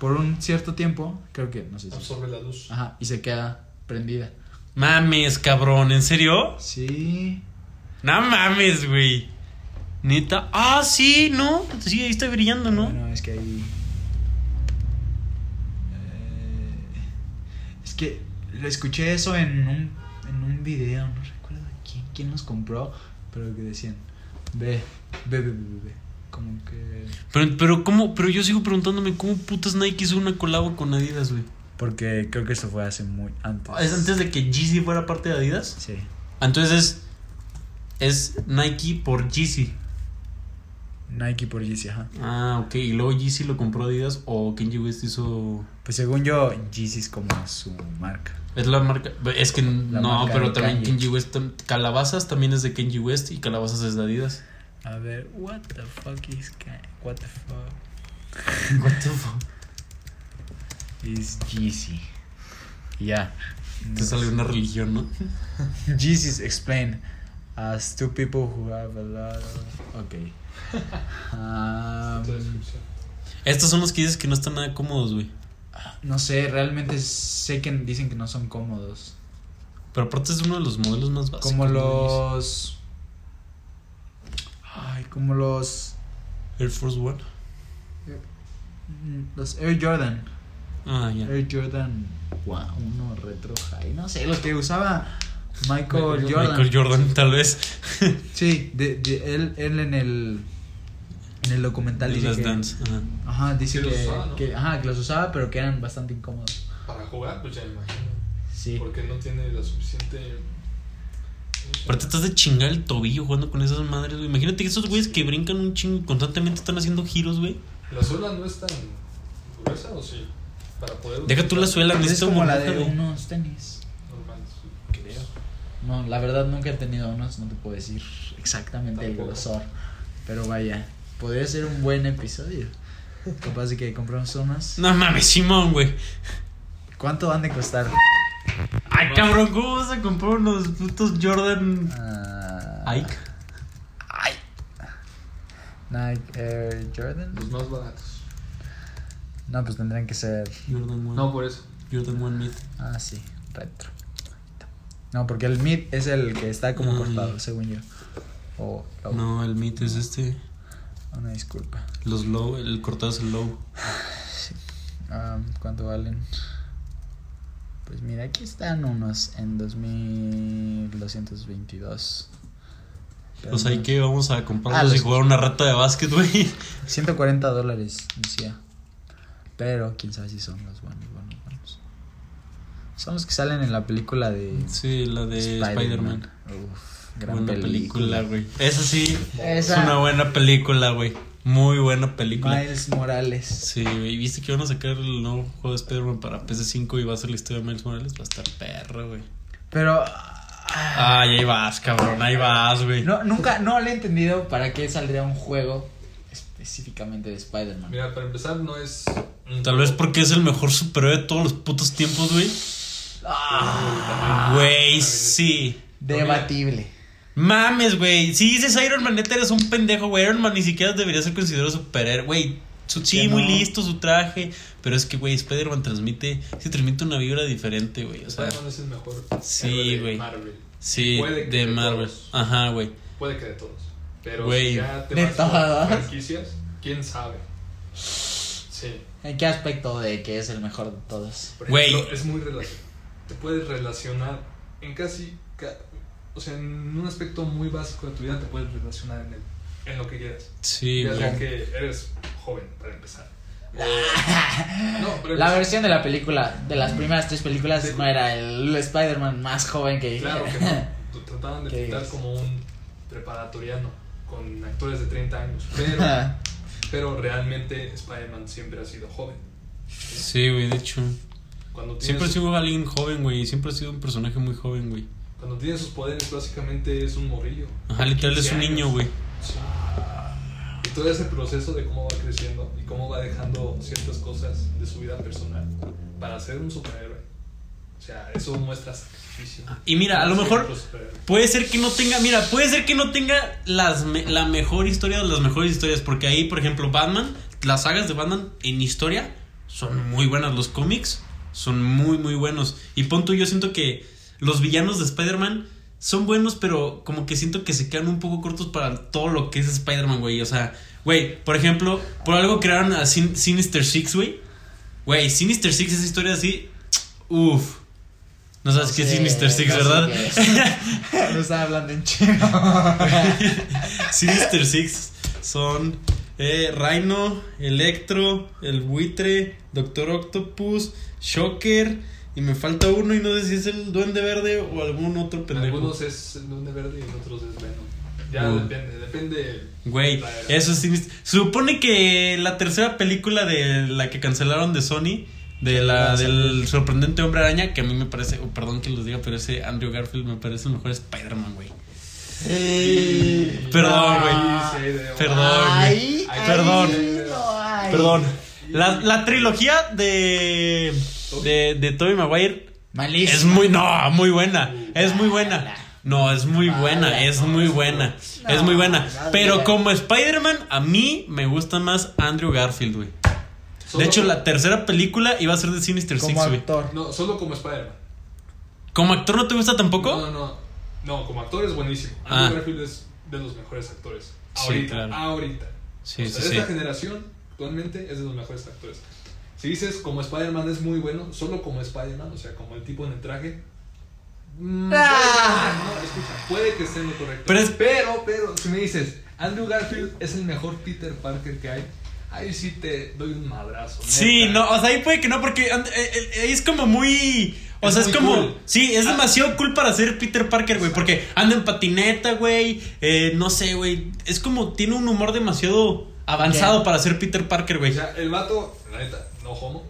por un cierto tiempo, creo que no sé si Absorbe la luz. Ajá, y se queda prendida. Mames, cabrón, ¿en serio? Sí. No mames, güey. Neta. Ah, sí, ¿no? Sí, ahí está brillando, ¿no? Bueno, es que ahí Eh, Es que lo escuché eso en un en un video, no recuerdo quién quién los compró, pero que decían, "Ve, ve, ve, ve, ve." ve", Como que Pero, pero, ¿cómo? Pero yo sigo preguntándome, ¿cómo putas Nike hizo una colabo con Adidas, güey? Porque creo que eso fue hace muy Ah, antes. ¿Es antes de que Yeezy fuera parte de Adidas? Sí. Entonces es, es Nike por Yeezy. Nike por Yeezy, ajá. Ah, ok. ¿Y luego Yeezy lo compró Adidas o Kanye West hizo...? Pues según yo, Yeezy es como su marca. Es la marca... Es que no, marca pero de también Kanye. Kanye West... tam- Calabazas también es de Kanye West y Calabazas es de Adidas. A ver, what the fuck is ca- what the fuck What the fuck? is Yeezy? Ya. Te sale una religión, ¿no? Yeezys explain as two people who have a lot of Okay. Esta Um, descripción. Estos son los que dices que no están nada cómodos, güey. no sé, realmente sé que dicen que no son cómodos. Pero aparte es uno de los modelos más básicos. Como güey. los Ay, como los Air Force One. Mm, Los Air Jordan. Ah, ya. Air Jordan. Wow, uno retro high. No sé, los que usaba Michael, Michael Jordan. Michael Jordan, tal vez. Sí, de, de- él, él en el. En el documental De dice las que, dance. Ajá. Ajá, dice Que que, los usaba, ¿no? que- ajá, que los usaba, pero que eran bastante incómodos. Para jugar, pues ya me imagino. Sí. Porque no tiene la suficiente. Aparte estás de chingar el tobillo jugando con esas madres, güey. Imagínate que esos güeyes que brincan un chingo y constantemente están haciendo giros, güey. ¿La suela no es tan gruesa o sí? Para poder. Deja tú la suela, Pues es necesito como la burbuja, de güey. unos tenis. Normal, sí. No, la verdad nunca he tenido unos, no te puedo decir exactamente el Tampoco. grosor. Pero vaya, podría ser un buen episodio. Capaz de que compramos unos. No mames, Simón, güey. ¿Cuánto van de costar? Ay, cabrón, ¿cómo vas a comprar unos putos Jordan Ah, Ike? Nike Air Jordan. Los más baratos. No, pues tendrían que ser. Jordan One. No, por eso. Jordan One Mid. Ah, sí, retro. No, porque el mid es el que está como Ah, cortado, ya. según yo. O low. No, el Mid es este. Una disculpa. Los low, el cortado es el low. Am, Ah, ¿Cuánto valen? Pues mira, aquí están unos en 2222. Pero Los Ike no- Pues que vamos a comprarlos Ah, los- y jugar una rata de básquet, güey. 140 dólares, decía. Pero quién sabe si son los buenos, buenos, buenos. Son los que salen en la película de Sí, la de Spider-Man. Spider-Man. Uf, gran buena película, película. güey. Esa sí es Esa. una buena película, güey. Muy buena película. Miles Morales. Sí, güey. ¿Viste que van a sacar el nuevo juego de Spider-Man para PS5 y va a ser la historia de Miles Morales? Va a estar perro, güey. Pero. ah, Ay, ahí vas, cabrón. Ahí vas, güey. No, nunca, no le he entendido para qué saldría un juego específicamente de Spider-Man. Mira, para empezar, no es. Tal vez porque es el mejor superhéroe de todos los putos tiempos, güey. Ah, Ah, Güey, sí. Debatible. Mames, güey. Si dices Iron Man, neta eres un pendejo, güey. Iron Man ni siquiera debería ser considerado superhéroe, güey. Su, sí, Que muy no. listo su traje. Pero es que, güey, Spider-Man transmite. Sí, transmite una vibra diferente, güey. O sea, Spider-Man es el mejor. Sí, héroe de güey. Marvel. sí, Puede que de de Marvel. todos. Ajá, güey. Puede que de todos. Pero Güey. si ya te De vas por todas. franquicias, quién sabe. Sí. ¿En qué aspecto de que es el mejor de todos? Por Güey. ejemplo, Es muy relacionado. Te puedes relacionar en casi. ca- o sea, en un aspecto muy básico de tu vida, te puedes relacionar en, el- en lo que quieras. Sí, ya sea güey. que eres joven, para empezar. O- no, pero. La versión de la película, de las primeras tres películas, no era el Spider-man más joven que Claro que no. Trataban de ¿Qué pintar digas? como un. preparatoriano con actores de 30 años, pero, pero realmente Spider-Man siempre ha sido joven. Sí, güey, de hecho. Cuando tiene, Siempre he sus, sido alguien joven, güey. y Siempre he sido un personaje muy joven, güey. cuando tiene sus poderes básicamente es un morrillo. Ajá, literal es 15 un niño, años. güey. Sí. Y todo ese proceso de cómo va creciendo y cómo va dejando ciertas cosas de su vida personal para ser un superhéroe. O sea, eso muestra sacrificio. Ah, Y mira, a lo Sí, mejor los superhéroes. Puede ser que no tenga, mira, puede ser que no tenga las me- la mejor historia de las mejores historias, porque ahí, por ejemplo, Batman, las sagas de Batman en historia son muy buenas, los cómics son muy, muy buenos. Y pon tú, yo siento que los villanos de Spider-Man son buenos, pero como que siento que se quedan un poco cortos para todo lo que es Spider-Man, güey. O sea, güey, por ejemplo, por algo crearon a Sin- Sinister Six, güey. Güey, Sinister Six, esa historia así, uff. No sabes qué es Sí, Sinister Six, no sé ¿verdad? qué es. No estaba hablando en chino. Sinister Six son eh, Rhino, Electro, el buitre, Doctor Octopus, Shocker y me falta uno y no sé si es el Duende Verde o algún otro pendejo. Algunos eh. es el Duende Verde y en otros es Venom. Ya Mm. depende, depende. Güey, la era. eso es Sinister. Se supone que la tercera película de la que cancelaron de Sony, de Ah, la del sorprendente hombre araña, que a mí me parece, oh, perdón que los diga, pero ese Andrew Garfield me parece el mejor Spider-Man, güey. Perdón, güey. Ah. Sí, sí, de- Perdón, Ahí, güey. ahí Perdón. lo hay. Perdón. La, la trilogía de, de, de Tobey Maguire Malísimo. es muy, no, muy buena. Es muy buena. No, es muy buena, es muy buena. Es muy buena. Pero como Spider-Man, a mí me gusta más Andrew Garfield, güey. Solo De hecho, como- la tercera película iba a ser de Sinister como Six, güey. actor. No, solo como Spider-Man. ¿Como actor no te gusta tampoco? No, no, no. No, como actor es buenísimo. Ah. Andrew Garfield es de los mejores actores. Sí, Ahorita, claro. ahorita. Sí, o sea, sí, esta sí. generación actualmente es de los mejores actores. Si dices como Spider-Man es muy bueno, solo como Spider-Man, o sea, como el tipo en el traje. mm, Ah. puede que- no, escucha, puede que esté en lo correcto. Pero es- pero, pero, si me dices, Andrew Garfield es el mejor Peter Parker que hay, ahí sí te doy un madrazo. Sí, neta. no, o sea, ahí puede que no, porque and- eh, eh, es como muy. O Es sea, es muy como. cool. Ah. Sí, es demasiado cool para ser Peter Parker, güey. Porque anda en patineta, güey. eh, no sé, güey. Es como. Tiene un humor demasiado avanzado Ya. para ser Peter Parker, O güey. sea, el vato, la neta, no homo.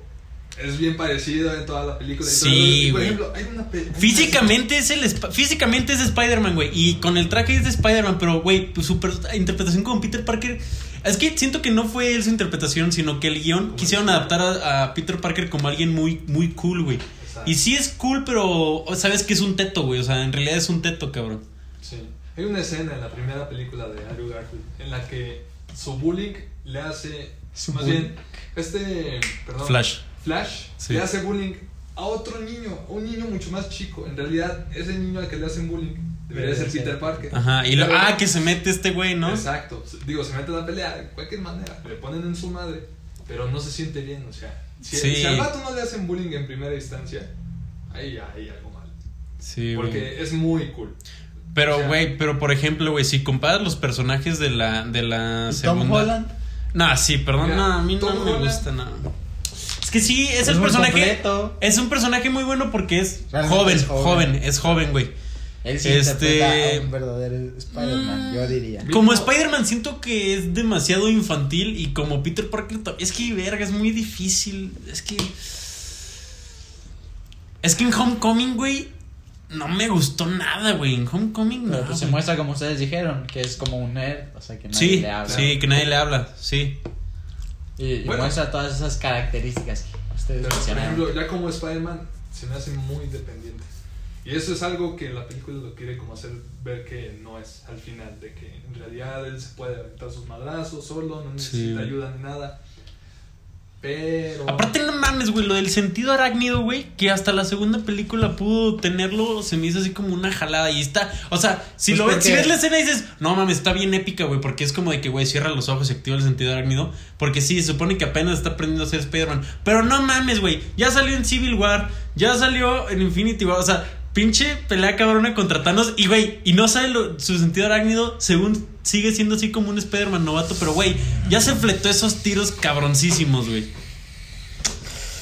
Es bien parecido en toda la película. y Sí, todo. Y, Por güey. ejemplo, hay una pe- hay una Físicamente es el Sp- físicamente es Spider-Man, güey, y con el traje es de Spider-Man, pero güey, pues, su per- interpretación con Peter Parker es que siento que no fue él su interpretación, sino que el guión Como quisieron el- adaptar a, a Peter Parker como alguien muy muy cool, güey. Exacto. Y sí es cool, pero sabes que es un teto, güey, o sea, en realidad es un teto, cabrón. Sí. Hay una escena en la primera película de Andrew Garfield en la que su bullying le hace. Su más bullying. bien, este. Perdón. Flash. Flash Sí. le hace bullying a otro niño, a un niño mucho más chico. En realidad, ese niño al que le hacen bullying debería Debería ser ser. Peter Parker. Ajá, y lo, Pero- ah, que se mete este güey, ¿no? Exacto. Digo, se mete a la pelea de cualquier manera. Le ponen en su madre. Pero no se siente bien, o sea. Si, Sí. si al vato no le hacen bullying en primera instancia, ahí ya hay algo mal. Sí, güey. Porque es muy cool. o Pero sea- güey, pero por ejemplo, güey, si comparas los personajes de la de la ¿Y segunda Tom Holland. No, sí, perdón, Mira, no, a mí Tom no me Holland- gusta nada. Es que sí, es, el muy personaje. completo. Es un personaje muy bueno porque es Realmente joven, es joven, joven. es joven, güey. Él sí Este- interpreta a un verdadero Spider-Man, yo diría. Mínimo- Como Spider-Man siento que es demasiado infantil y como Peter Parker ta- es que verga, es muy difícil, es que Es que en Homecoming, güey, no me gustó nada, güey. En Homecoming no. Pero pues se güey. muestra como ustedes dijeron, que es como un nerd, o sea que nadie sí, le habla. sí, que nadie le habla, sí. Y, y Bueno. muestra todas esas características que ustedes Pero, por mencionaron. ejemplo, ya como Spider-Man se me hace muy dependiente. Y eso es algo que la película lo quiere como hacer ver que no es al final, de que en realidad él se puede aventar sus madrazos solo, no necesita güey. ayuda ni nada. Pero... Aparte, no mames, güey, lo del sentido arácnido, güey, que hasta la segunda película pudo tenerlo, se me hizo así como una jalada. Y está, o sea, si, Pues lo ves, si porque- ves la escena y dices, no mames, está bien épica, güey, porque es como de que, güey, cierra los ojos y activa el sentido arácnido. Porque sí, se supone que apenas está aprendiendo a ser Spider-Man. Pero no mames, güey, ya salió en Civil War, ya salió en Infinity War, o sea, pinche pelea cabrona contra Thanos. Y, güey, y no sabe lo- su sentido arácnido, según sigue siendo así como un Spider-Man novato, pero, güey, ya se fletó esos tiros cabroncísimos, güey.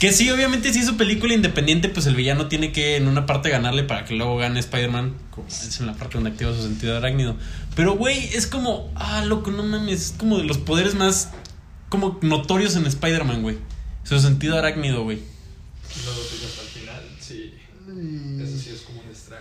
Que sí, obviamente, si es su película independiente, pues el villano tiene que en una parte ganarle para que luego gane Spider-Man. Como es en la parte donde activa su sentido arácnido. Pero, güey, es como. Ah, loco, no mames. Es como de los poderes más. Como notorios en Spider-Man, güey. Su sentido arácnido, güey. No lo tengo hasta el final, sí. Eso sí es como un strike.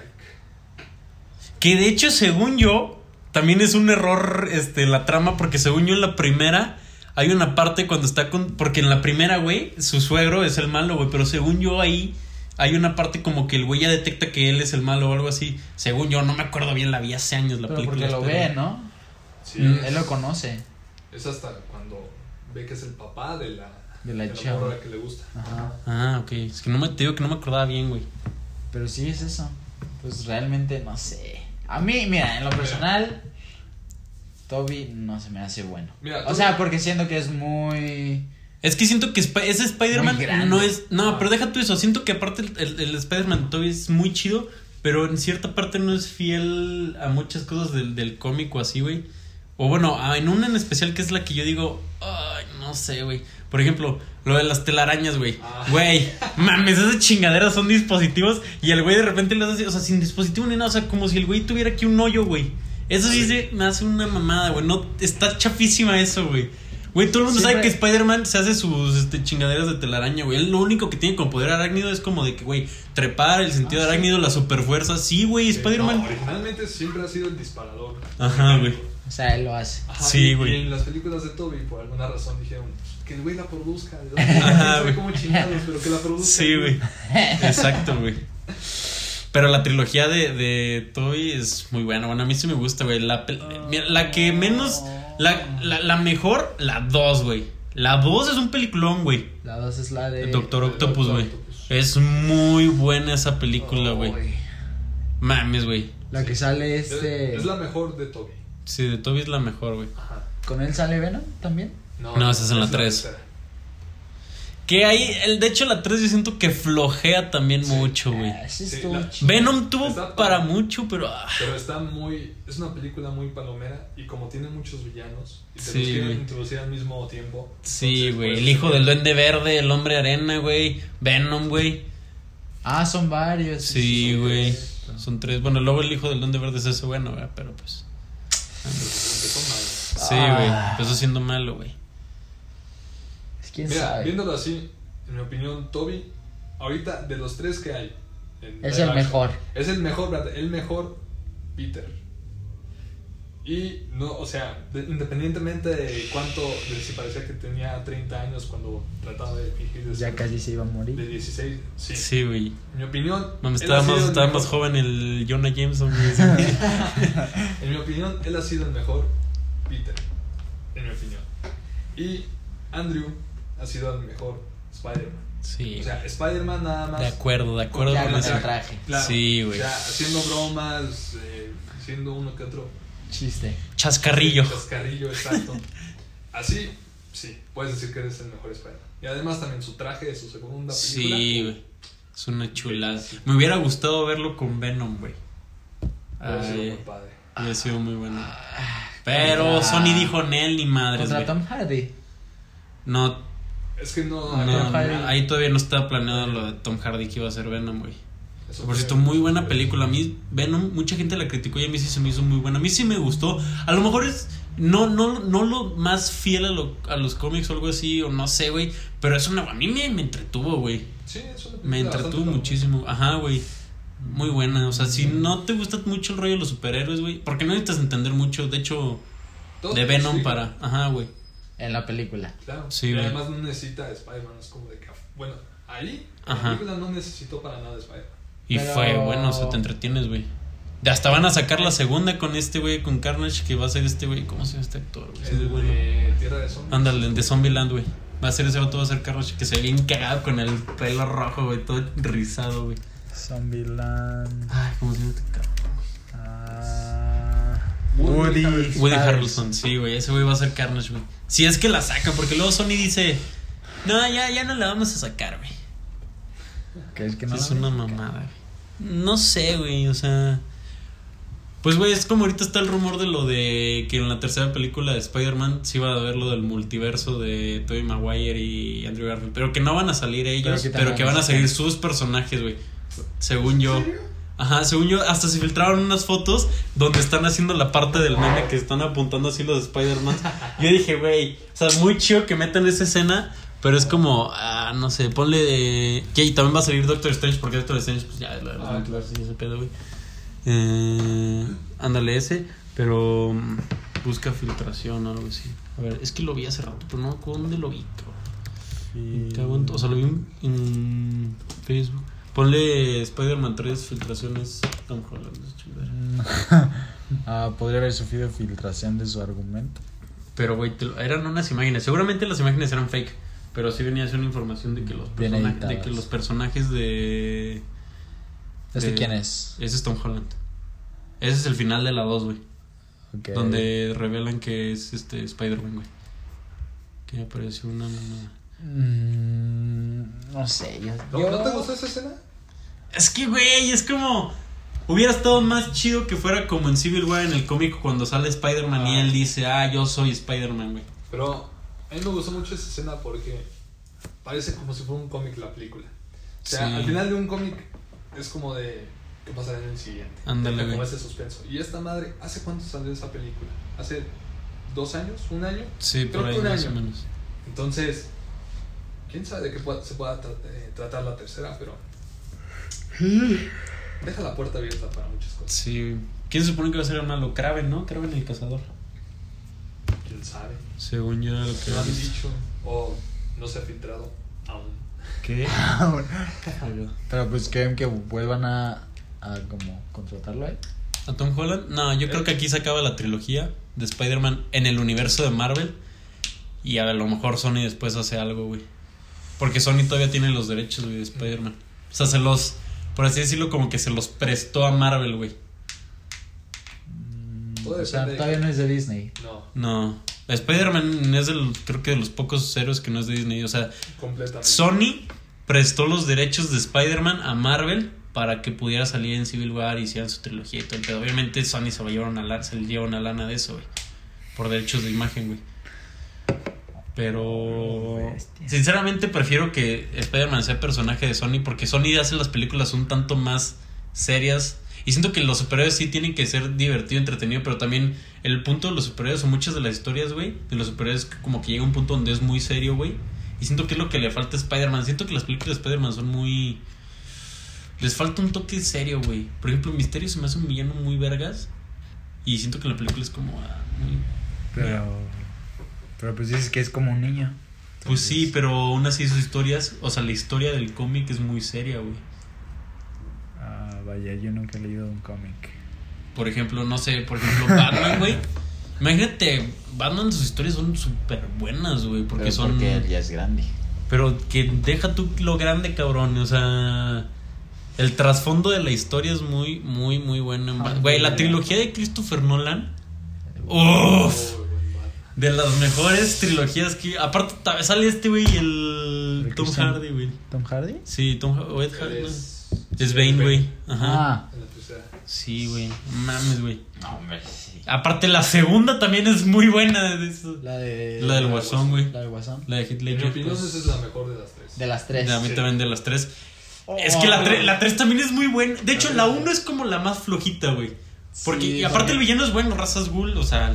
Que de hecho, según yo, también es un error este, la trama, porque según yo en la primera hay una parte cuando está con... Porque en la primera, güey, su suegro es el malo, güey, pero según yo ahí hay una parte como que el güey ya detecta que él es el malo o algo así. Según yo, no me acuerdo bien, la vi hace años la Pero película. porque lo esta, ve, güey. ¿no? Sí, Mm. Él lo conoce. Es hasta cuando ve que es el papá de la, De la chava. morra que le gusta. Ajá. Ah, ok. Es que no me, te digo que no me acordaba bien, güey. Pero sí es eso. Pues realmente no sé. A mí, mira, en lo personal, Toby no se me hace bueno. Mira, o Toby- sea, porque siento que es muy. Es que siento que Sp- ese Muy Spider-Man grande. no es. No, Ah. pero deja tú eso. Siento que aparte el, el- el Spider-Man Toby es muy chido, pero en cierta parte no es fiel a muchas cosas del, del cómic o así, güey. O bueno, a- en una en especial que es la que yo digo, ay, no sé, güey. Por ejemplo, lo de las telarañas, güey. Ah. Güey, mames, esas chingaderas son dispositivos y el güey de repente las hace, o sea, sin dispositivo ni nada, o sea, como si el güey tuviera aquí un hoyo, güey. Eso sí se me hace una mamada, güey. No, está chafísima eso, güey. Güey, todo el mundo sabe Siempre- que Spider-Man se hace sus este, chingaderas de telaraña, güey. Él lo único que tiene como poder arácnido es como de que, güey, trepar, el sentido Ah, sí. arácnido, la superfuerza. Sí, güey, Sí, Eh, no, Spider-Man. originalmente siempre ha sido el disparador. Ajá, güey. O sea, él lo hace. Ajá, Sí, y- güey. Y en las películas de Toby, por alguna razón, dijeron "Pues, que el güey la produzca. ¿de dónde? Ajá, Sabe güey. cómo chingados, pero que la produzca. sí, güey. Exacto, güey. Pero la trilogía de, de Toby es muy buena. Bueno, a mí sí me gusta, güey. La, pel- mira, la que menos. La, la, la mejor, la 2, güey. La 2 es un peliculón, güey. La dos es la de. El Doctor el Octopus, Doctor güey. Octopus. Es muy buena esa película, güey. Uy, Mames, güey. La Sí. que sale Es, este. es la mejor de Toby. Sí, de Toby es la mejor, güey. Ajá. ¿Con él sale Venom también? No, esa es en la tres. tercera. Que ahí, el, de hecho, la 3 yo siento que flojea también Sí. mucho, güey. Ah, sí, Sí, estuvo la- chido. Venom tuvo Está para padre. mucho, pero. ah, Pero está muy. Es una película muy palomera. Y como tiene muchos villanos. Y te Sí, los quieren güey. introducir al mismo tiempo. sí, entonces, güey. pues, El hijo del también- duende verde, el hombre arena, güey. Venom, güey. Ah, son varios. Sí, son güey. varios. Son tres. Bueno, luego el hijo del duende verde es ese bueno, güey. Pero pues. Empezó mal. Sí, güey. Ah. Empezó siendo malo, güey. Pues, ¿Quién Mira, sabe? viéndolo así, en mi opinión, Toby, ahorita de los tres que hay. Es en live el action, mejor. Es el mejor, Brad, el mejor Peter. Y no, o sea, de- independientemente de cuánto, de si parecía que tenía 30 años cuando trataba de fingir de Ya ser casi se iba a de morir. 16, sí. Sí, güey. En mi opinión, Mames, él estaba, ha sido más, el estaba mejor. más joven el Jonah Jameson, güey. En mi opinión, él ha sido el mejor Peter. En mi opinión. Y Andrew ha sido el mejor Spider-Man. Sí. O sea, Spider-Man nada más. De acuerdo, de acuerdo Ya con con eso. el traje. Claro, Sí, güey. O sea, haciendo bromas, eh, haciendo uno que otro. Chiste. Chascarrillo. Chascarrillo, exacto. Así, sí, puedes decir que eres el mejor Spider-Man. Y además también su traje de su segunda película. Sí, güey. Es una chulada. Me hubiera gustado verlo con Venom, güey. Puede ser Ay, muy padre. Hubiera sido muy bueno. Ah, Pero Contra- Sony dijo Nel ni madres, Contra güey. Tom Hardy. No, Es que no. no, había no, manera. ahí todavía no estaba planeado lo de Tom Hardy que iba a ser Venom, güey. Eso Por fue- eh, cierto, muy buena película. A mí, Venom, mucha gente la criticó y a mí sí se me hizo muy buena. A mí sí me gustó. A lo mejor es. No, no, no lo más fiel a, lo- a los cómics o algo así, o no sé, güey. Pero es una. A mí me, me entretuvo, güey. Sí, es una película Me entretuvo bastante muchísimo. Ajá, güey. Muy buena. O sea, si no te gusta mucho el rollo de los superhéroes, güey. Porque no necesitas entender mucho. De hecho, Todo de Venom explica, para. Ajá, güey. En la película. Claro. Sí, y güey. además no necesita a Spider-Man. Es como de que. Bueno, ahí Ajá. la película no necesitó para nada a Spider-Man. Y Pero- fue bueno, o sea, te entretienes, güey. De Hasta van a sacar la segunda con este güey, con Carnage, que va a ser este güey. ¿Cómo se llama este actor, güey? Sí, El bueno. de Tierra de Sombras. Ándale, de Zombieland, güey. Va a ser ese vato, va a ser Carnage que se ve bien cagado con el pelo rojo, güey, todo rizado, güey. Zombieland. Ay, cómo se llama este cabrón. Ah, Woody Woody. Woody Harrelson. Harrelson, sí, güey, ese güey va a ser Carnage, güey. Si es que la saca, porque luego Sony dice, no, ya, ya no la vamos a sacar, güey. Que es que no es la una vi. mamada, güey. No sé, güey, o sea. Pues, güey, es como ahorita está el rumor de lo de que en la tercera película de Spider-Man se iba a ver lo del multiverso de Tobey Maguire y Andrew Garfield. Pero que no van a salir ellos, que pero que, también van van a a salir sus personajes, güey. Según yo. Ajá, según yo, hasta se filtraron unas fotos donde están haciendo la parte del meme que están apuntando así los Spider-Man. Yo dije, güey, o sea, muy chido que metan esa escena, pero es como, ah, no sé, ponle de. Que y también va a salir Doctor Strange, porque Doctor Strange, pues ya, la de los Ah, multiversos y ese pedo, güey. Eh, ándale ese, pero mm, busca filtración o algo así. A ver, es que lo vi hace rato, pero no me acuerdo dónde lo vi, cabrón. Eh, Me cago en to- O sea, lo vi en, en Facebook. Ponle Spider-Man 3 filtraciones Tom Holland. es chingadera. Ah, podría haber sufrido filtración de su argumento. Pero, güey, te lo- eran unas imágenes. Seguramente las imágenes eran fake. Pero sí venía a ser una información de que los, Bien persona- de editadas. que los personajes de. ¿Este de- quién es? Ese es Tom Holland. Ese es el final de la 2, güey. Ok. Donde revelan que es este Spider-Man, güey. Que apareció una mamada. Mm, no sé, yo. ¿No, yo- ¿No te gustó esa escena? Es que, güey, es como. Hubiera estado más chido que fuera como en Civil War en el cómic cuando sale Spider-Man y Ah. él dice, ah, yo soy Spider-Man, güey. Pero a mí me gustó mucho esa escena porque parece como si fuera un cómic la película. O sea, Sí. al final de un cómic es como de qué pasará en el siguiente. Ándale, Deja Como güey. ese suspenso. Y esta madre, ¿hace cuánto salió esa película? ¿Hace dos años? ¿Un año? Sí, Creo por que ahí un más o año. menos. Entonces, quién sabe de qué pueda- se pueda tra- eh, tratar la tercera, pero. Deja la puerta abierta para muchas cosas. Sí. ¿Quién se supone que va a ser el malo? Kraven, ¿no? Kraven el cazador. Quién sabe. Según yo lo que No han dicho o no se ha filtrado aún. ¿Qué? Ah, Pero pues creen que vuelvan a, a como contratarlo ahí. ¿A Tom Holland? No, yo creo que aquí se acaba la trilogía de Spider-Man en el universo de Marvel. Y a lo mejor Sony después hace algo, güey. Porque Sony todavía tiene los derechos, güey, de Spider-Man. O sea, se los. Por así decirlo, como que se los prestó a Marvel, güey. Mm, Todo o sea, depende de- todavía no es de Disney. No, No. Spider-Man es del, creo que de los pocos héroes que no es de Disney. O sea, completamente. Sony prestó los derechos de Spider-Man a Marvel para que pudiera salir en Civil War y hicieran su trilogía y todo. Pero obviamente Sony se, va a llevar una lana, se le lleva una lana de eso, güey. Por derechos de imagen, güey. Pero Bestia. sinceramente prefiero que Spider-Man sea personaje de Sony porque Sony hace las películas un tanto más serias. Y siento que los superhéroes sí tienen que ser divertido, entretenido, pero también el punto de los superhéroes o muchas de las historias, güey, de los superhéroes como que llega un punto donde es muy serio, güey. Y siento que es lo que le falta a Spider-Man. Siento que las películas de Spider-Man son muy... Les falta un toque serio, güey. Por ejemplo, Misterio se me hace un villano muy vergas. Y siento que la película es como... ah, muy- Pero. Pero pues dices que es como un niño. Pues sí, pero aún así sus historias... O sea, la historia del cómic es muy seria, güey. Ah, vaya, yo nunca he leído un cómic. Por ejemplo, no sé, por ejemplo, Batman, güey. Imagínate, Batman, sus historias son súper buenas, güey, porque son... Porque él ya es grande. Pero que deja tú lo grande, cabrón. O sea, el trasfondo de la historia es muy, muy, muy bueno. Ah, Güey, la mira. trilogía de Christopher Nolan. Oh, Uff. buen vato. De las mejores trilogías que. Aparte, ta- sale este, güey, y el. ¿El Tom Christian? Hardy, güey. ¿Tom Hardy? Sí, Tom Ha- o Ed Hardy. Él ¿no? Es, Es Bane, güey. Ajá. Ah, En la tercera. Sí, güey. No Mames, güey. No, hombre, sí. Aparte, la segunda también es muy buena. De eso. la de. La del Guasón, güey. La del Guasón. La de Heath En mi Ledger. opinión, pues. esa es la mejor de las tres. De las tres. Ya, A mí también de las tres. Oh, Es que la ah, 3 la tres también es muy buena. De hecho, la 1 es como la más flojita, güey. Porque, Sí, y aparte güey. el villano es bueno, Razas Ghoul, o sea,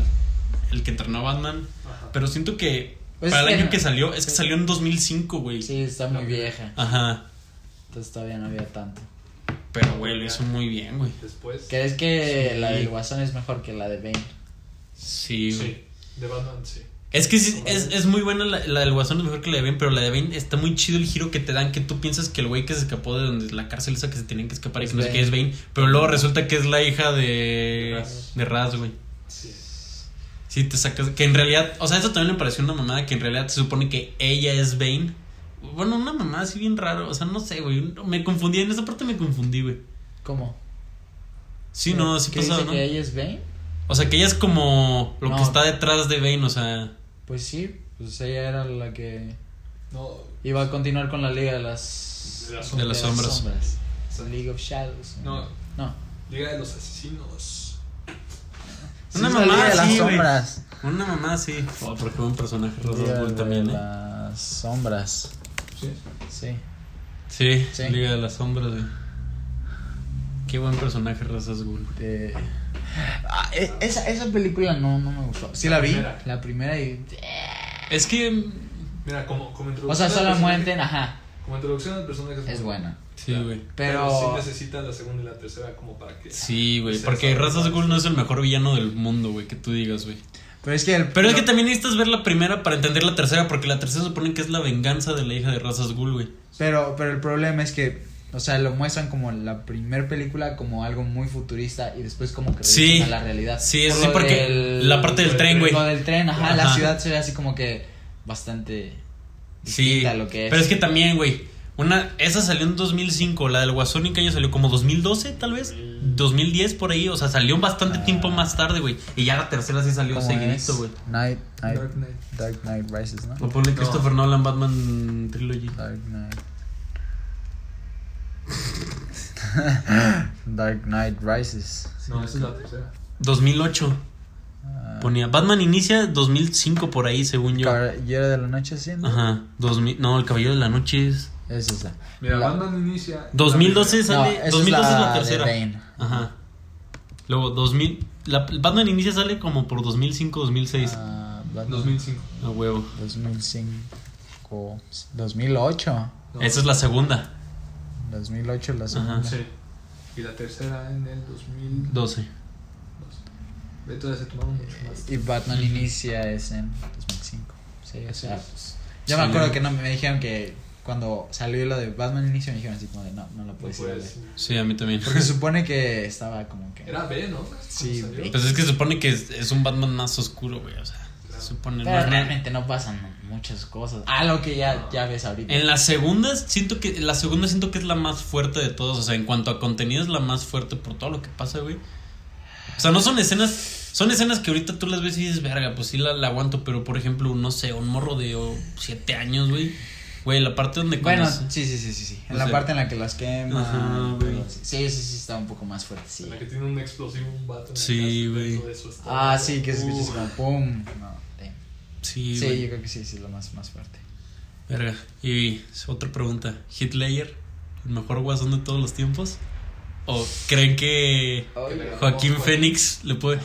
el que entrenó a Batman. Ajá. Pero siento que Pues para el es que año no. que salió, es que Sí. salió en 2005, güey. Sí, está muy vieja. Ajá. Entonces todavía no había tanto. Pero, güey, lo hizo muy bien, güey. Después. ¿Crees que Sí. la del Guasón es mejor que la de Bane? Sí, güey. Sí, de Batman, sí. Es que sí, es, es muy buena la, la del Guasón, es mejor que la de Bane, pero la de Bane está muy chido el giro que te dan, que tú piensas que el güey que se escapó de donde la cárcel esa que se tenían que escapar y Es que no sé qué Bane. es Bane, pero luego resulta que es la hija de, Raz. de Raz, güey. Sí. Sí, te sacas. Que en realidad. O sea, eso también me pareció una mamada. Que en realidad se supone que ella es Bane. Bueno, una mamada así bien raro. O sea, no sé, güey. Me confundí. En esa parte me confundí, güey. ¿Cómo? Sí, no, así ¿Qué dice pasaba, ¿no? que ella es Bane? O sea, que ella es como lo que No. está detrás de Bane. O sea, Pues sí, pues ella era la que No, iba a continuar con la Liga de las, De las sombras. sombras. o sea, League of Shadows. No. No. Liga de los Asesinos. Una Sí, mamá salí de las así, güey. sombras. Una mamá sí. Oh, pero fue un personaje Rosas Liga Bull de también, ¿eh? Las sombras. Sí. Sí. Sí, Sí. Liga de las Sombras, güey. Qué buen personaje Rosas Bull. de- Este, Ah, e- esa, esa película no, no me gustó. Sí la vi. primera. La primera y. eh, Es que. mm, Mira, como, como O introducción. sea, al solo personaje- muerten, ajá. Como introducción al personaje Es buena. Sí, güey. Pero. Pero sí necesitas la segunda y la tercera como para que. Sí, güey. Sí, Porque está Razas bien. Ghoul no es el mejor villano del mundo, güey. Que tú digas, güey. Pero es que el. Pero es que también necesitas ver la primera para entender la tercera. Porque la tercera supone que es la venganza de la hija de Razas Ghoul, güey. Pero, pero el problema es que, o sea, lo muestran como la primer película como algo muy futurista y después como que Sí. regresan a la realidad. Sí, Por sí, lo porque la parte del lo tren, del tren, güey. Lo del tren, ajá, la Ajá. ciudad se ve así como que bastante Sí. distinta a lo que es. Pero es que también, güey. Una, esa salió en 2005, la del Guasónica ya salió como 2012, tal vez, 2010 por ahí, o sea, salió bastante Ah. tiempo más tarde, güey. Y ya la tercera sí salió ¿Cómo seguidito, es? güey. Night, Night, Dark Knight. Dark Knight Rises, ¿no? Ah. O ponle Christopher Nolan Batman Trilogy. Dark Knight. Dark Knight Rises. No, esa es la tercera. 2008 Ah, ponía Batman inicia 2005 por ahí, según yo. Caballero de la Noche, ¿sí? no? Ajá, 2000, no, El Caballero de la Noche es Es esa. Mira, La- Batman inicia. 2012 No, sale, esa es 2012 es la, de tercera. Bane. Ajá. Luego 2000 la, Batman inicia sale como por 2005, 2006. Ah, la- Batman. 2005. A huevo. 2005, 2008. No, Esa es la segunda, 2008 la segunda. Ajá. Sí. Y la tercera en el 2002. 12. Ve, todavía se tomaron mucho más. Y Batman inicia es en 2005. Sí, o Ah, sea, pues, yo me Sí. acuerdo que no me dijeron que cuando salió lo de Batman inicia me dijeron así como de no, no lo No puedes ir a puedes- ver. Sí, a mí también. Porque se supone que estaba como que Era B, ¿no? Sí, Cuando salió. Pues es que se supone que es, es un Batman más oscuro, güey, o sea, se supone pero más- realmente no pasan muchas cosas. Ah, lo que ya, ya ves ahorita. En la segunda siento que la segunda siento que es la más fuerte de todos, o sea, en cuanto a contenido es la más fuerte por todo lo que pasa, güey. O sea, no son escenas, son escenas que ahorita tú las ves y dices, "Verga, pues sí la, la aguanto", pero por ejemplo, no sé, un morro de oh, siete años, güey. Güey, la parte donde Bueno, conoce- sí, sí, sí, sí, sí. En O la sea- parte en la que las quema. Ajá, güey. Sí, sí, sí, está un poco más fuerte, sí. La que tiene un explosivo, un vato. en la Sí, casa, güey. todo eso está- Ah, sí, que se escucha así Uh, como pum. No, damn. Sí, Sí, güey. yo creo que sí, sí es lo más, más fuerte. Verga. Y otra pregunta, Hitler, el mejor guasón de todos los tiempos? ¿O creen que Joaquín Joaquín. Fénix le puede.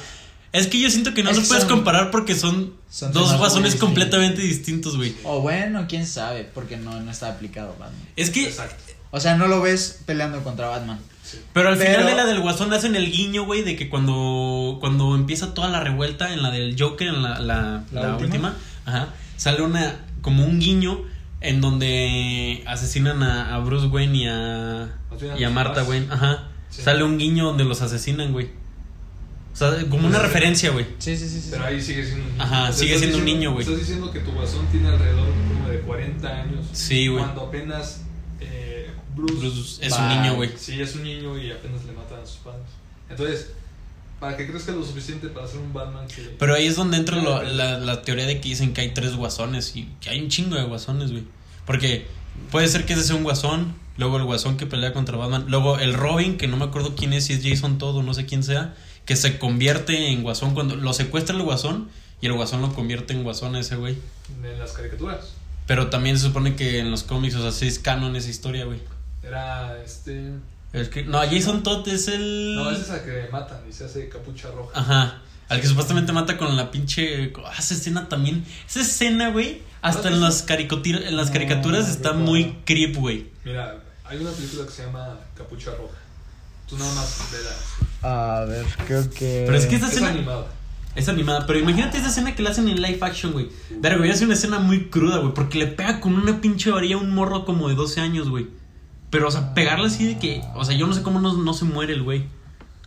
Es que yo siento que no Es lo que puedes son- comparar porque son, son dos temas guasones muy completamente distintos, güey. O bueno, quién sabe, porque no, no está aplicado Batman. Es que, Exacto. O sea, no lo ves peleando contra Batman. pero al final Pero- de la del guasón hacen el guiño, güey, de que cuando, cuando empieza toda la revuelta en la del Joker, en la, la, ¿La la última? última? ajá, sale una, como un guiño en donde asesinan a, a Bruce Wayne y a, Asesinan y a a sus Martha papás. Wayne, ajá. Sí. Sale un guiño donde los asesinan, güey. O sea, como una Pues- referencia, güey. Sí, sí, sí, sí. Pero ahí sigue siendo un niño. Ajá, O sea, sigue estás siendo un diciendo- niño, güey. Estás diciendo que tu guasón tiene alrededor como de 40 años. Sí, güey. Cuando apenas eh, Bruce, Bruce es un Bye. niño, güey. Sí, es un niño y apenas le matan a sus padres. Entonces, para que crezca lo suficiente para ser un Batman que. Pero ahí es donde entra lo- la, la teoría de que dicen que hay tres guasones y que hay un chingo de guasones, güey. Porque puede ser que ese sea un guasón, luego el guasón que pelea contra Batman, luego el Robin, que no me acuerdo quién es, si es Jason Todd o no sé quién sea, que se convierte en guasón cuando lo secuestra el guasón y el guasón lo convierte en guasón a ese güey. En las caricaturas. Pero también se supone que en los cómics, o sea, sí es canon esa historia, güey. Era este. El que- no, Jason Todd es el... No, es esa que matan y se hace capucha roja. Ajá. Al que supuestamente mata con la pinche. ah, Esa escena también. Esa escena, güey. Hasta en las, caricatir- en las No, caricaturas no está recuerdo. muy creep, güey. Mira, hay una película que se llama Capucha Roja. Tú nada más vela. A ver, creo que. Pero es que esa Es escena. animada. Es animada. Pero imagínate esa escena que la hacen en live action, güey. Verga, güey. Hace una escena muy cruda, güey. Porque le pega con una pinche varilla a un morro como de 12 años, güey. Pero, o sea, pegarle así de que. O sea, yo no sé cómo no, no se muere el güey.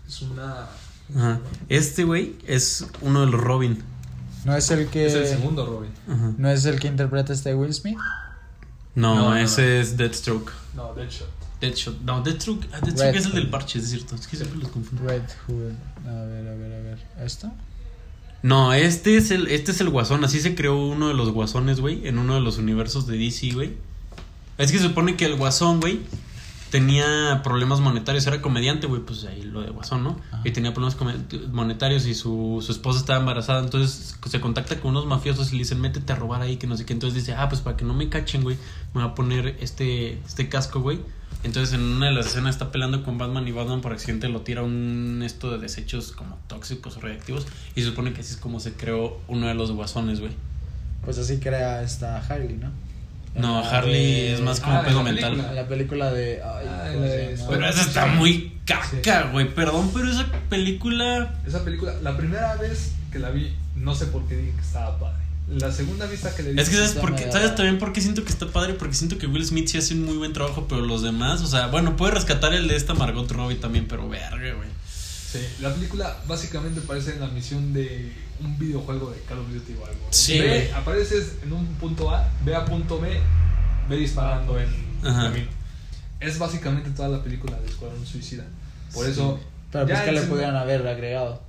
Es una. Ajá. Este, güey, es uno de los Robin. No es el que. Es el segundo Robin. Ajá. No es el que interpreta este Will Smith. No, No, no, ese no. es Deathstroke. No, de hecho. Deadshot. No, Deathstroke, ah, Deathstroke Red es el del Hood. parche, es cierto. Es que siempre los confundo. Red Hood. A ver, a ver, a ver. ¿Esto? No, este es el, este es el guasón. Así se creó uno de los guasones, güey. En uno de los universos de DC, güey. Es que se supone que el guasón, güey. tenía problemas monetarios. Era comediante, güey, pues ahí lo de Guasón, ¿no? Ajá. Y tenía problemas come- monetarios y su, su esposa estaba embarazada. Entonces se contacta con unos mafiosos y le dicen, métete a robar ahí, que no sé qué. Entonces dice, ah, pues para que no me cachen, güey, me voy a poner este, este casco, güey. Entonces en una de las escenas está peleando con Batman y Batman por accidente lo tira a un esto de desechos como tóxicos o reactivos. Y se supone que así es como se creó uno de los guasones, güey. Pues así crea esta Harley, ¿no? No, La Harley Ah, de- es más como Ah, pedo la mental. película. La película de. Ay, Ah, ¿cómo la se de llama? Pero esa está muy caca, güey. Perdón, pero esa película. Esa película, la primera vez que la vi, no sé por qué dije que estaba padre. La segunda vista que le vi. Es que sabes Está por qué- medio- sabes también por qué siento que está padre, porque siento que Will Smith sí hace un muy buen trabajo, pero los demás, o sea, bueno, puede rescatar el de esta Margot Robbie también, pero verga, güey. Sí, la película básicamente parece la misión de un videojuego de Call of Duty o algo. Sí, güey. Ve, apareces en un punto A, ve a punto B, ve disparando en el Ajá. camino. Es básicamente toda la película de Escuadrón Suicida. Por Sí. eso. Pero pues ya que le es un- pudieran haber agregado.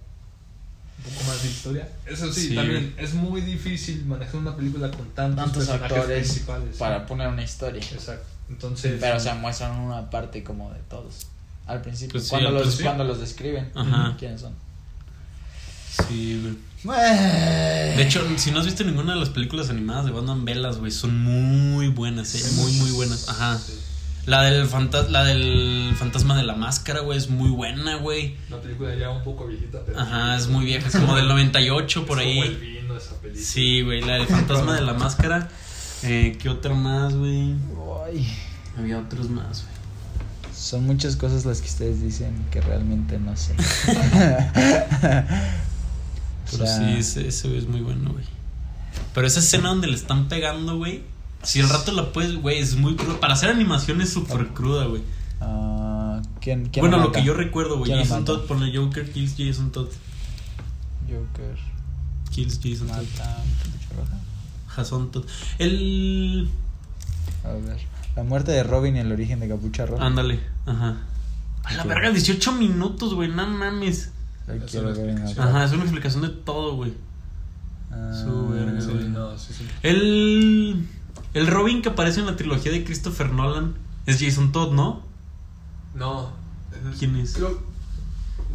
Un poco más de historia. Eso sí, Sí, también es muy difícil manejar una película con tantos, Tantos personajes actores principales. para poner una historia. Exacto. Entonces. Pero o sea, muestran una parte como de todos. Al principio, Pues sí, cuando, al los, principio. cuando los describen, Ajá. quiénes son. Sí, güey. De hecho, si no has visto ninguna de las películas animadas de Batman Velas, güey, son muy buenas, eh, muy, muy buenas. Ajá. Sí. La del, fanta- la del fantasma de la máscara, güey, es muy buena, güey. Una película ya un poco viejita, pero. Ajá, es muy vieja, es como del 98 por Es ahí. Como el vino esa película. Sí, güey, la del fantasma de la máscara. Eh, ¿Qué otra más, güey? Ay, Había otros más, güey. son muchas cosas las que ustedes dicen que realmente no sé. Pero O sea, sí, ese, ese, güey es muy bueno, güey. Pero esa escena donde le están pegando, güey. Si el rato la puedes, güey, es muy cruda. Para hacer animación es súper cruda, güey. ah, ¿quién, quién Bueno, lo mata? que yo recuerdo, güey. ¿Quién lo Jason mata? Todd, ponle Joker, kills Jason Todd. Joker Kills Jason Todd. mata Pantera Roja. Jason Todd. El. A ver. La muerte de Robin y el origen de Capucha Roja. Ándale, ajá. A la Ok. verga, 18 minutos, güey, no mames. Ahí Es quiero una ver en la- explicación. Ajá, es una explicación de todo, güey. Ah, Su verga, Sí, güey. no, sí, sí. El, el Robin que aparece en la trilogía de Christopher Nolan es Jason Todd, ¿no? No. ¿Quién es? Creo-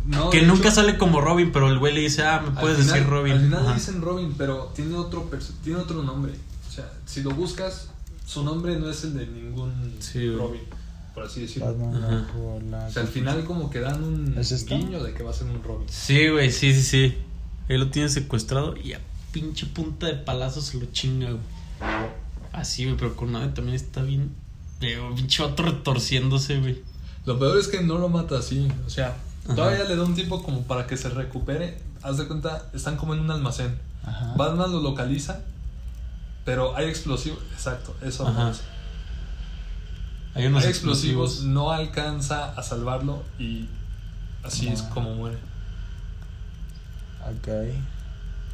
no, que de nunca hecho, sale como Robin, pero el güey le dice, ah, me al puedes final- decir Robin. Al final Ajá. dicen Robin, pero tiene otro, perso- tiene otro nombre. O sea, si lo buscas, su nombre no es el de ningún Sí, güey. Robin, por así decirlo. Batman, Ajá. bajo la O sea, al final como que dan un ¿Es esta? guiño de que va a ser un Robin. Sí, güey, sí, sí, sí. Él lo tiene secuestrado y a pinche punta de palazo se lo chinga, güey. Así, güey, pero con nada también está bien. Pero pinche vato retorciéndose, güey. Lo peor es que no lo mata así. O sea, Ajá. todavía le da un tiempo como para que se recupere. Haz de cuenta, están como en un almacén. Ajá. Batman lo localiza, pero hay explosivos. Exacto, eso. Ajá. pasa. Hay Hay unos explosivos, explosivos. no alcanza a salvarlo y así es Wow. como muere. Ok.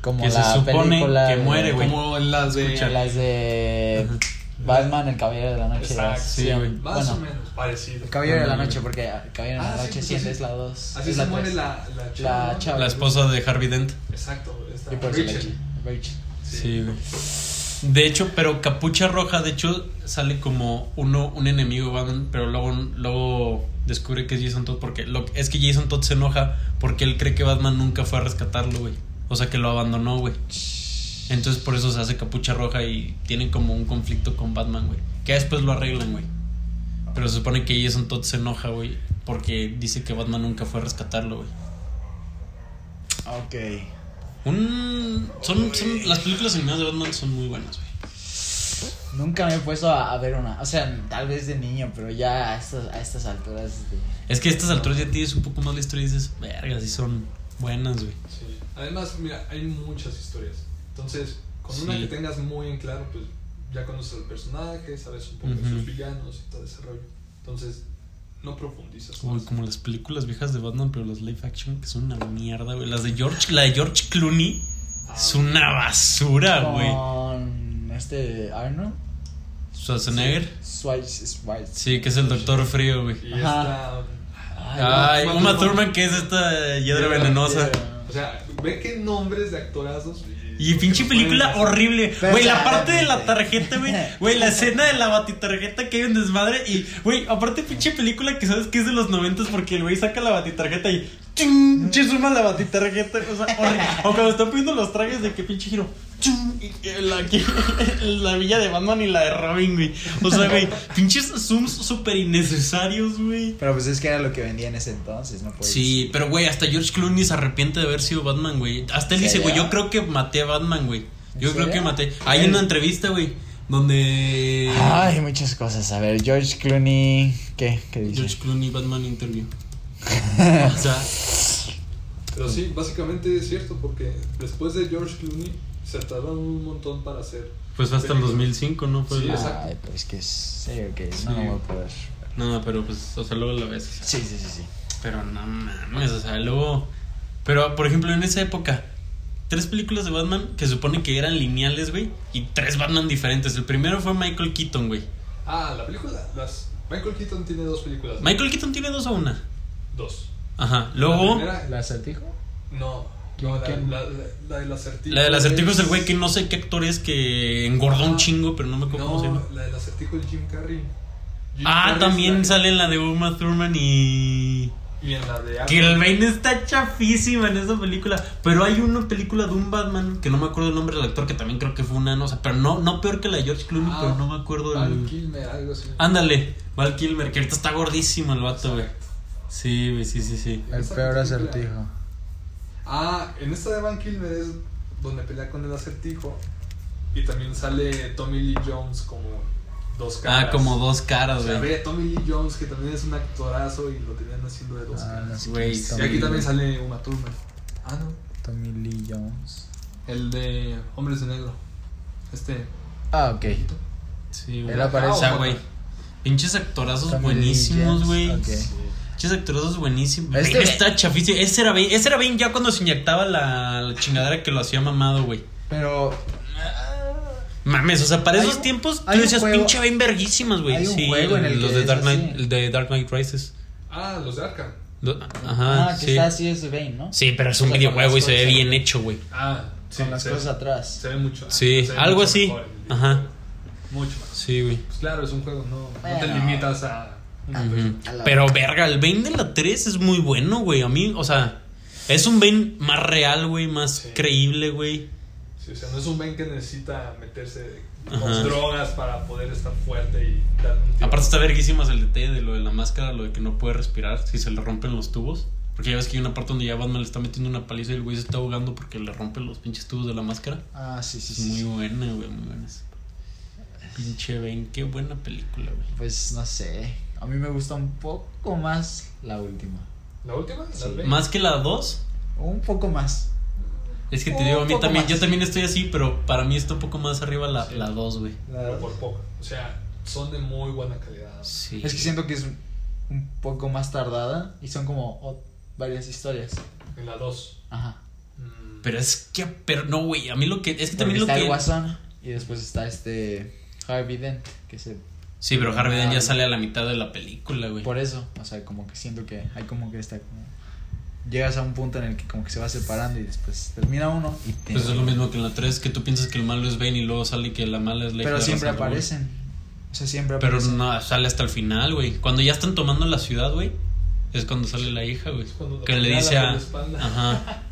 Como Que se la supone película que de- muere, güey. Como en las de. Escucha, Las de Ajá. Batman, el Caballero de la Noche. Exacto, las- sí, güey. Más Bueno, o menos parecido. El Caballero de la Ándale, Noche, güey. porque el Caballero de Ah, la sí, Noche pues, siempre así- es la 2. Así es se la muere tres. la, la La ¿no? chava. La esposa de Harvey Dent. Exacto, esta Y por eso Rachel. la- Rachel. Sí, güey. De hecho, pero Capucha Roja, de hecho, sale como uno, un enemigo de Batman, pero luego, luego descubre que es Jason Todd porque lo, es que Jason Todd se enoja porque él cree que Batman nunca fue a rescatarlo, güey. O sea, que lo abandonó, güey. Entonces por eso se hace Capucha Roja y tienen como un conflicto con Batman, güey. Que después lo arreglan, güey. Pero se supone que Jason Todd se enoja, güey, porque dice que Batman nunca fue a rescatarlo, güey. Ok. Un... Son, son, las películas animadas de Batman son muy buenas, güey. Nunca me he puesto a, a ver una. O sea, tal vez de niño, pero ya a estas, a estas alturas. De... Es que a estas alturas ya tienes un poco más la historia y dices, verga, sí son buenas, güey. Sí. Además, mira, hay muchas historias. Entonces, con una Sí. que tengas muy en claro, pues ya conoces al personaje, sabes un poco de Ujú. sus villanos y todo ese rollo. Entonces, no profundizas. Uy, más. como las películas viejas de Batman, pero las live action que son una mierda, güey. Las de George, la de George Clooney Ah, es una basura, Ah, güey. Con este Arnold Schwarzenegger. Schwarzenegger. Sí, que es el Doctor Frío, güey. Y Ajá. esta. Ay, Ay, Uma Uma Thurman. Thurman que es esta hiedra Hiedra venenosa. Yeah. O sea, Ve qué nombres de actorazos. Y pinche película horrible. Pero Güey, la parte claramente. de la tarjeta, güey. Güey, la escena de la batitarjeta que hay un desmadre. Y, güey, aparte pinche película que sabes que es de los noventas porque el güey saca la batitarjeta y... ¡Ching! Se suma la batitarjeta. O sea, horrible. O cuando están pidiendo los trajes de que pinche giro. ¡Ching! Y que La, que- la villa de Batman y la de Robin, güey. O sea, güey, pinches zooms súper innecesarios, güey. Pero pues es que era lo que vendía en ese entonces, ¿no? Pues, puedes- Sí, pero güey, hasta George Clooney se arrepiente de haber sido Batman, güey. Hasta él dice, ¿Serio? güey, yo creo que maté a Batman, güey. Yo ¿En creo serio? que maté. Hay Él- una entrevista, güey, donde Ay, muchas cosas. A ver, George Clooney. ¿Qué? ¿Qué dice? George Clooney Batman interview. o sea, Pero sí, básicamente es cierto, porque después de George Clooney se tardaron un montón para hacer. pues hasta el 2005, ¿no? Fue Sí, la- exacto. Ay, pues que es. Sí, ok. Sí. No, no voy a poder. No, pero pues, o sea, luego la ves. Sí, sí, sí, sí. Pero no mames, o sea, luego. Pero, por ejemplo, en esa época, tres películas de Batman que se supone que eran lineales, güey, y tres Batman diferentes. El primero fue Michael Keaton, güey. Ah, la película. Las... Michael Keaton tiene dos películas. Michael Keaton tiene dos o una. Dos. Ajá. La Luego, primera- ¿La acertijo? No. ¿Quién- no, la, quién? la- la- la del acertijo. la del acertijo es el güey que no sé qué actor es que engordó un chingo, pero no me acuerdo cómo se llama. Ah. No, la del acertijo es Jim Carrey. Jim Ah, Carrey es también la- sale en la de Uma Thurman y. Y en la de. Que el Bane está chafísima en esa película. Pero hay una película de un Batman que no me acuerdo el nombre del actor, que también creo que fue una. no, O sea, pero no, no peor que la de George Clooney, Ah, pero no me acuerdo Val el. Kilmer, algo así. Ándale, Val Kilmer, que ahorita está gordísimo el vato, güey. Sí, güey, sí, sí, sí. El Esa peor película. acertijo. Ah, en esta de Van Kilmer es donde pelea con el acertijo. Y también sale Tommy Lee Jones como dos caras. Ah, como dos O caras, sea, güey. ve a Tommy Lee Jones, que también es un actorazo y lo tenían haciendo de dos Ah, caras. sí, Güey, Tommy- Y aquí también sale Uma Thurman. Ah, no. Tommy Lee Jones. El de Hombres de Negro. Este. Ah, ok. Sí, güey. Él aparece. O sea, güey. Pinches actorazos Tommy Lee buenísimos, Jones, güey. ok. Pinches actorazos buenísimos. Este- Bane está chafísimo. Ese era Bane, ese era Bane ya cuando se inyectaba la, la chingadera que lo hacía mamado, güey. Pero Mames, o sea, para Hay esos un- tiempos tú hay un decías juego- pinche Bane verguísimas, güey. hay un Sí, juego en el los que de es Dark Knight, así. el de Dark Knight Rises. Ah, los de Arkham. Lo- Ajá, sí. Ah, así es Bane, ¿no? Sí, pero es un O sea, con videojuego y las se ve cosas- bien hecho, güey. Ah, sí. Con las se- cosas atrás. Se ve mucho. ah, Sí, se ve algo mucho así. mejor el video. Ajá. Mucho más. Sí, güey. Pues claro, es un juego, no, no te Bueno. limitas a. una Ujú. persona. A la- Pero verga, el Bane de la 3 es muy bueno, güey. A mí, o sea, es un Bane más real, güey, más Sí. creíble, güey. Sí, o sea, no es un Ben que necesita meterse Ajá. con drogas para poder estar fuerte y dar un tiro. Aparte está verguísimas el detalle de lo de la máscara, lo de que no puede respirar si se le rompen los tubos. Porque ya ves que hay una parte donde ya Batman le está metiendo una paliza y el güey se está ahogando porque le rompen los pinches tubos de la máscara. Ah, sí, sí, Es sí. muy sí. buena, güey, muy buena. esa. Pinche Bane, qué buena película, güey. Pues no sé. A mí me gusta un poco más la última. ¿La última? ¿La Sí. Ben? Más que la 2, Un poco más. es que te Un digo, a mí poco también, más. yo también estoy así, pero para mí está un poco más arriba la Sí. 2, güey. Pero por poco. O sea, son de muy buena calidad. Sí. Es que siento que es un- un poco más tardada y son como ot- varias historias. En la mm, 2. Ajá. Pero es que, pero no, güey, a mí lo que, es que Porque también lo está el que... Guasón y después está este Harvey Dent, que se Sí, pero Harvey Dent ya Ah, sale a la mitad de la película, güey. por eso, o sea, como que siento que hay como que está como llegas a un punto en el que como que se va separando y después termina uno y te- Pues es lo mismo que en la 3, que tú piensas que el malo es Bane y luego sale que la mala es Lady pero Gaga, siempre sale, güey. aparecen. O sea, siempre Pero aparecen. no, sale hasta el final, güey. Cuando ya están tomando la ciudad, güey, es cuando sale la hija, güey. cuando la Que le apuñala dice por a... la espalda. Ajá.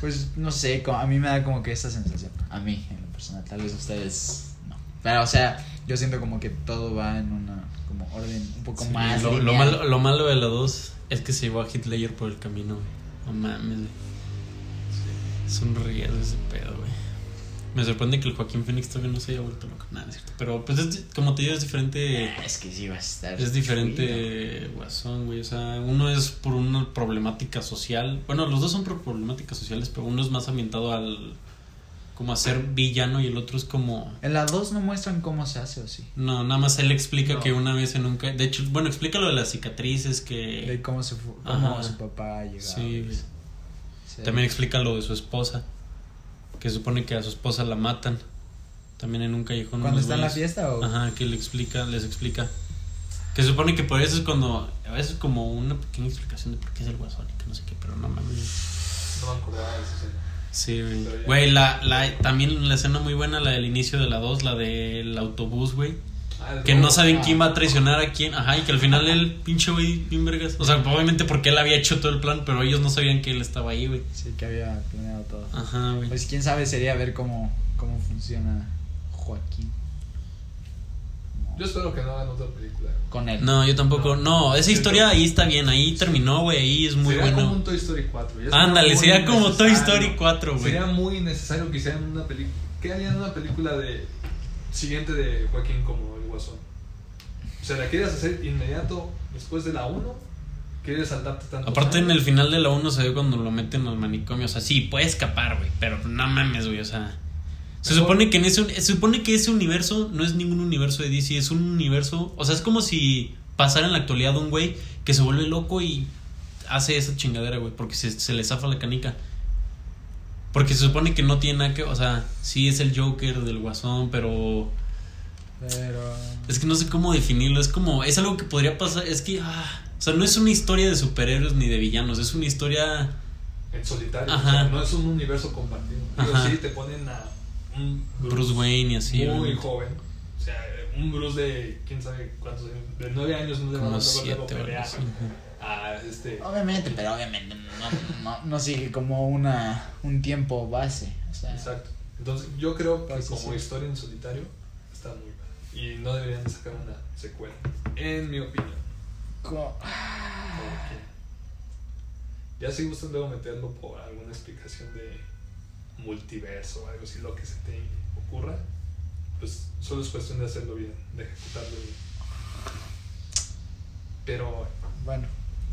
Pues no sé, co- a mí me da como que esta sensación. A mí, en lo personal, tal vez ustedes no. Pero o sea, yo siento como que todo va en una como orden un poco más lo, lo lineal. malo, lo malo de la 2 es que se llevó a Hitler por el camino, güey. No mames, güey. Es un riesgo ese pedo, güey. Me sorprende que el Joaquín Phoenix todavía no se haya vuelto loco. Nada, es cierto. Pero pues es- como te digo, es diferente... Ah, es que sí va a estar. Es diferente guasón, güey. O sea, uno es por una problemática social. Bueno, los dos son por problemáticas sociales, pero uno es más ambientado al. como a ser villano y el otro es como. En la 2 no muestran cómo se hace o sí. No, nada más él explica No. que una vez en un. ca- De hecho, bueno, explica lo de las cicatrices De que. cómo, se fu- Ajá. cómo su papá llegaba. Sí, güey. Sí. También explica lo de su esposa. Que supone que a su esposa la matan. También en un callejón. ¿Cuando unos está en la güeyes- fiesta o.? Ajá, que le explica, les explica. Que supone que por eso es cuando. A veces como una pequeña explicación de por qué es el guasón y que no sé qué, pero no mames. No me acordaba de esa escena. Sí, güey. Pero ya. Güey, la, la, también la escena muy buena, la del inicio de la 2, la del autobús, güey. Ah, el Que no robo. saben Ah. quién va a traicionar a quién. Ajá, y que al final el pinche güey, bien vergas. O sea, obviamente porque él había hecho todo el plan, pero ellos no sabían que él estaba ahí, güey. Sí, que había planeado todo. Ajá, güey. Pues quién sabe, sería ver cómo, cómo funciona Joaquín. No. Yo espero que no hagan otra película. Con él. No, yo tampoco. No, esa historia ahí está bien, ahí terminó, güey. Ahí es muy sería como un bueno. Toy Story 4. ya sería Ándale, muy sería como Toy innecesario. Story 4, güey. Sería muy necesario que hicieran una película. Que harían una película de siguiente de Joaquín como el Guasón. O sea, la quieres hacer inmediato después de la 1. Quieres saltarte tanto. Aparte, en el final de la 1 se ve cuando lo meten al manicomio. O sea, sí, puede escapar, güey. Pero no mames, güey. O sea. Se Mejor. supone que en ese. Se supone que ese universo no es ningún universo de DC, es un universo. O sea, es como si pasara en la actualidad un güey que se vuelve loco y hace esa chingadera, güey. Porque se, se le zafa la canica. Porque se supone que no tiene nada que. O sea, sí es el Joker del Guasón, pero. Pero. Es que no sé cómo definirlo, es como, es algo que podría pasar, es que, ah, o sea, no es una historia de superhéroes ni de villanos, es una historia, En solitario. Ajá. o sea, no es un universo compartido. Pero Ajá. sí te ponen a un Bruce Wayne y así, Muy obviamente. joven. O sea, un Bruce de quién sabe cuántos años. De 9 años no le van como a luego, luego siete o algo pelear así. Ajá. a este. Obviamente, pero obviamente no, no, no sigue como una, un tiempo base. O sea, Exacto. Entonces, yo creo que Pues sí, como sí. historia en solitario está muy mal. Y no deberían sacar una secuela. En mi opinión. co- Porque Ya si gustan, luego meterlo por alguna explicación de multiverso o algo así, lo que se te ocurra. Pues solo es cuestión de hacerlo bien, de ejecutarlo bien. Pero bueno,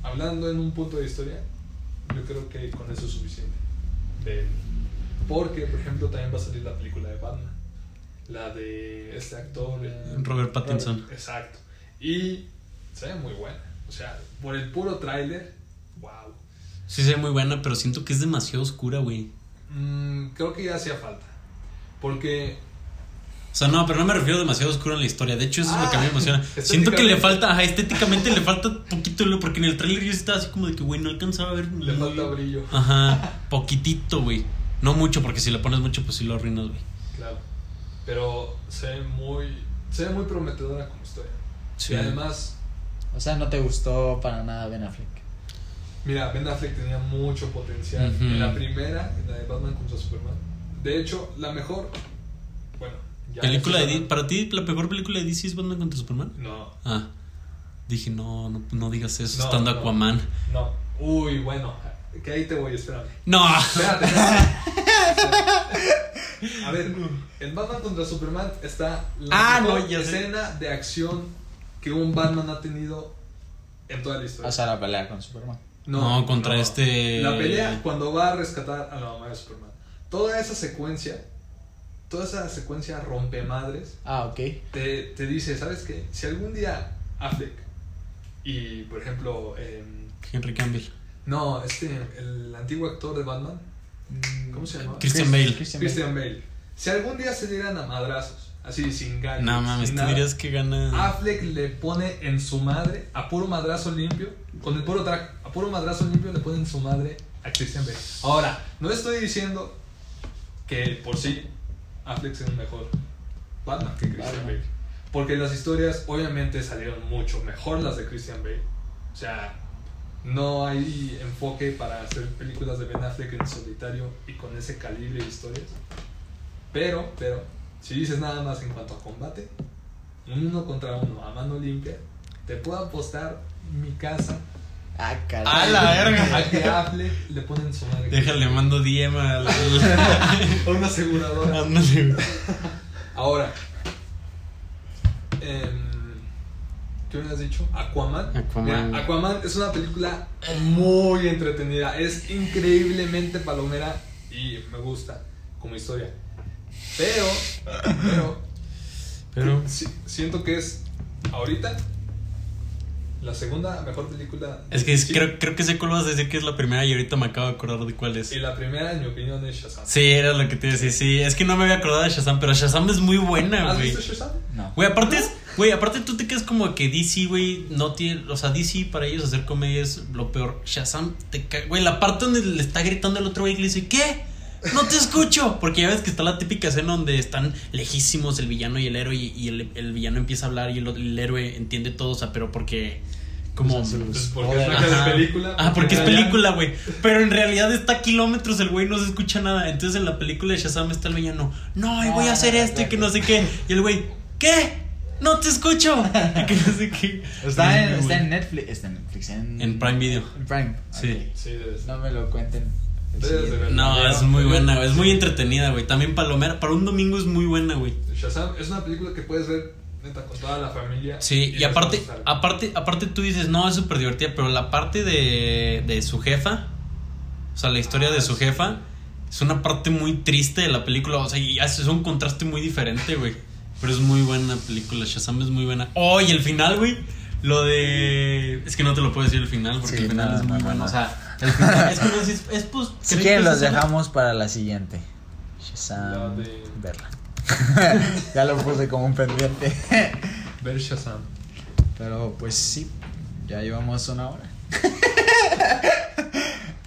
hablando en un punto de historia, yo creo que con eso es suficiente. De- porque, por ejemplo, también va a salir la película de Batman. La de este actor. el- Robert Pattinson. Exacto. Y se ve muy buena. O sea, por el puro tráiler, wow. Sí se ve muy buena, pero siento que es demasiado oscura, güey. Mm, creo que ya hacía falta. Porque O sea, no, pero no me refiero demasiado oscura en la historia, de hecho eso es lo que a mí me Ah, emociona. Siento que le estéticamente. falta, ajá, estéticamente le falta poquito, lo- porque en el trailer yo estaba así como de que, güey, no alcanzaba a ver. le falta brillo. Ajá, poquitito, güey. No mucho, porque si le pones mucho, pues sí lo arruinas, güey. Claro. Pero se ve muy, se ve muy prometedora como historia. Sí. Y además, o sea, no te gustó para nada Ben Affleck. Mira, Ben Affleck tenía mucho potencial Ujú. en la primera, en la de Batman contra Superman. De hecho, la mejor. Bueno, ya. Película de estoy D- ¿Para ti la peor película de DC es Batman contra Superman? hablando- Ah, dije, no, no, no digas eso, No, estando no. Aquaman. No, no. Uy, bueno. Que ahí te voy, espérame. No, Espérate. espérate. A ver, en Batman contra Superman está la Ah, no, mejor ya sé. escena de acción que un Batman ha tenido en toda la historia. O sea, la pelea con Superman. No, contra este- La pelea cuando va a rescatar a la mamá de Superman. Toda esa secuencia, toda esa secuencia rompemadres, Ah, ok. te, te dice, ¿sabes qué? Si algún día Affleck y, por ejemplo, em, Henry Cavill. no, este, el antiguo actor de Batman, Mm, ¿cómo se llama? Chris- Christian Bale. Christian Christian Bale. Si algún día se dieran a madrazos, así sin ganas. No mames, tú dirías que gana. Affleck le pone en su madre a puro madrazo limpio, con el puro traje, a puro madrazo limpio le ponen su madre a Christian Bale. Ahora, no estoy diciendo que por sí Affleck sea un mejor Batman que Christian Batman. Bale, porque las historias obviamente salieron mucho mejor las de Christian Bale. O sea, no hay enfoque para hacer películas de Ben Affleck en solitario y con ese calibre de historias. Pero, pero, si dices nada más en cuanto a combate, un uno contra uno a mano limpia, te puedo apostar mi casa Ah, caray. A la verga. a que hable, le ponen su madre. Déjale, mando DM a la. A una aseguradora. Ándale, güey. Ahora, em, ¿qué me has dicho? Aquaman. Aquaman. Mira, Aquaman es una película muy entretenida. Es increíblemente palomera y me gusta como historia. Pero, pero, Pero. Sí, siento que es ahorita La segunda mejor película. Es que es- Sí. creo, creo que sé cuál vas a decir que es la primera y ahorita me acabo de acordar de cuál es. Y la primera, en mi opinión, es Shazam. Sí, era lo que te iba a decir. Sí, es que no me había acordado de Shazam, pero Shazam es muy buena, ¿Has güey. visto Shazam? No. Güey, aparte es, güey, aparte tú te quedas como que DC, güey, no tiene, o sea, DC para ellos hacer comedia es lo peor. Shazam te cae, güey, la parte donde le está gritando el otro güey que le dice, "¿Qué? No te escucho." Porque ya ves que está la típica escena donde están lejísimos el villano y el héroe y, y el, el villano empieza a hablar y el, el héroe entiende todo, o sea, pero porque como Pues porque Joder, es una Ajá. película. Ah, porque es en realidad- película, güey. Pero en realidad está a kilómetros el güey, no se escucha nada. Entonces en la película de Shazam está el villano. No, y voy a hacer esto y que no sé qué. Y el güey, ¿qué? No te escucho. Y que no sé qué. Está Es en- muy Está bueno. en Netflix. Está en Netflix. En, En Prime Video. En Prime. Sí. ok. Sí, debe ser. No me lo cuenten. El Debes de siguiente. verlo. No, es muy buena, güey. Es muy entretenida, güey. También Palomera. Para un domingo es muy buena, güey. Shazam es una película que puedes ver, neta, con toda la familia. Sí, y les va a aparte, gustar. aparte, aparte tú dices, no, es súper divertida, pero la parte de, de su jefa, o sea, la historia Ah, de su sí. jefa, es una parte muy triste de la película, o sea, y hace es un contraste muy diferente, güey. Pero es muy buena película, Shazam es muy buena. Oh, y el final, güey, lo de... Es que no te lo puedo decir el final, porque Sí, el final no, es muy no, no, bueno, no. o sea, el final es que no sé, es, es pues... Si creo quieren, que los es- dejamos para la siguiente. Shazam. La de- Verla. ya lo puse como un pendiente. Ver Shazam. Pero pues sí, ya llevamos una hora.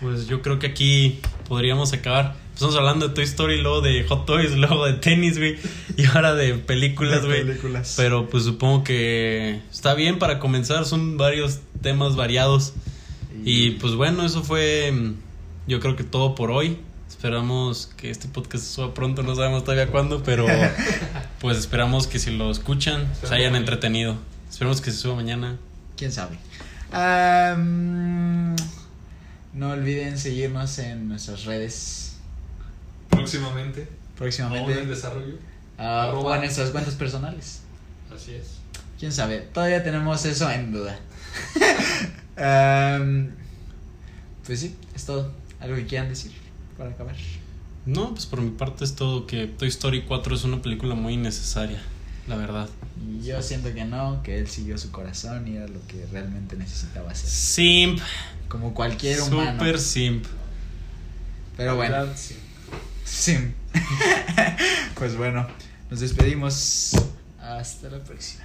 Pues yo creo que aquí podríamos acabar. Estamos hablando de Toy Story, luego de Hot Toys, luego de tenis, güey. Y ahora de películas, güey. películas. Pero pues supongo que está bien para comenzar. Son varios temas variados. Y pues bueno, eso fue mm, yo creo que todo por hoy. Esperamos que este podcast se suba pronto, no sabemos todavía cuándo, pero pues esperamos que si lo escuchan se hayan entretenido. Esperamos que se suba mañana. ¿Quién sabe? Ah, mm, no olviden seguirnos en nuestras redes Próximamente, aún en próximamente. desarrollo. ah, o Arroba. en nuestras cuentas personales. Así es. ¿Quién sabe? Todavía tenemos eso en duda. Ah, pues sí, es todo. ¿Algo que quieran decir para acabar? No, pues por mi parte es todo que Toy Story 4 es una película muy innecesaria, la verdad. Yo siento que no, que él siguió su corazón y era lo que realmente necesitaba hacer. Simp, Como cualquier humano. super simp. Pero bueno, Verdad, sí. sí. pues bueno, nos despedimos. Hasta la próxima.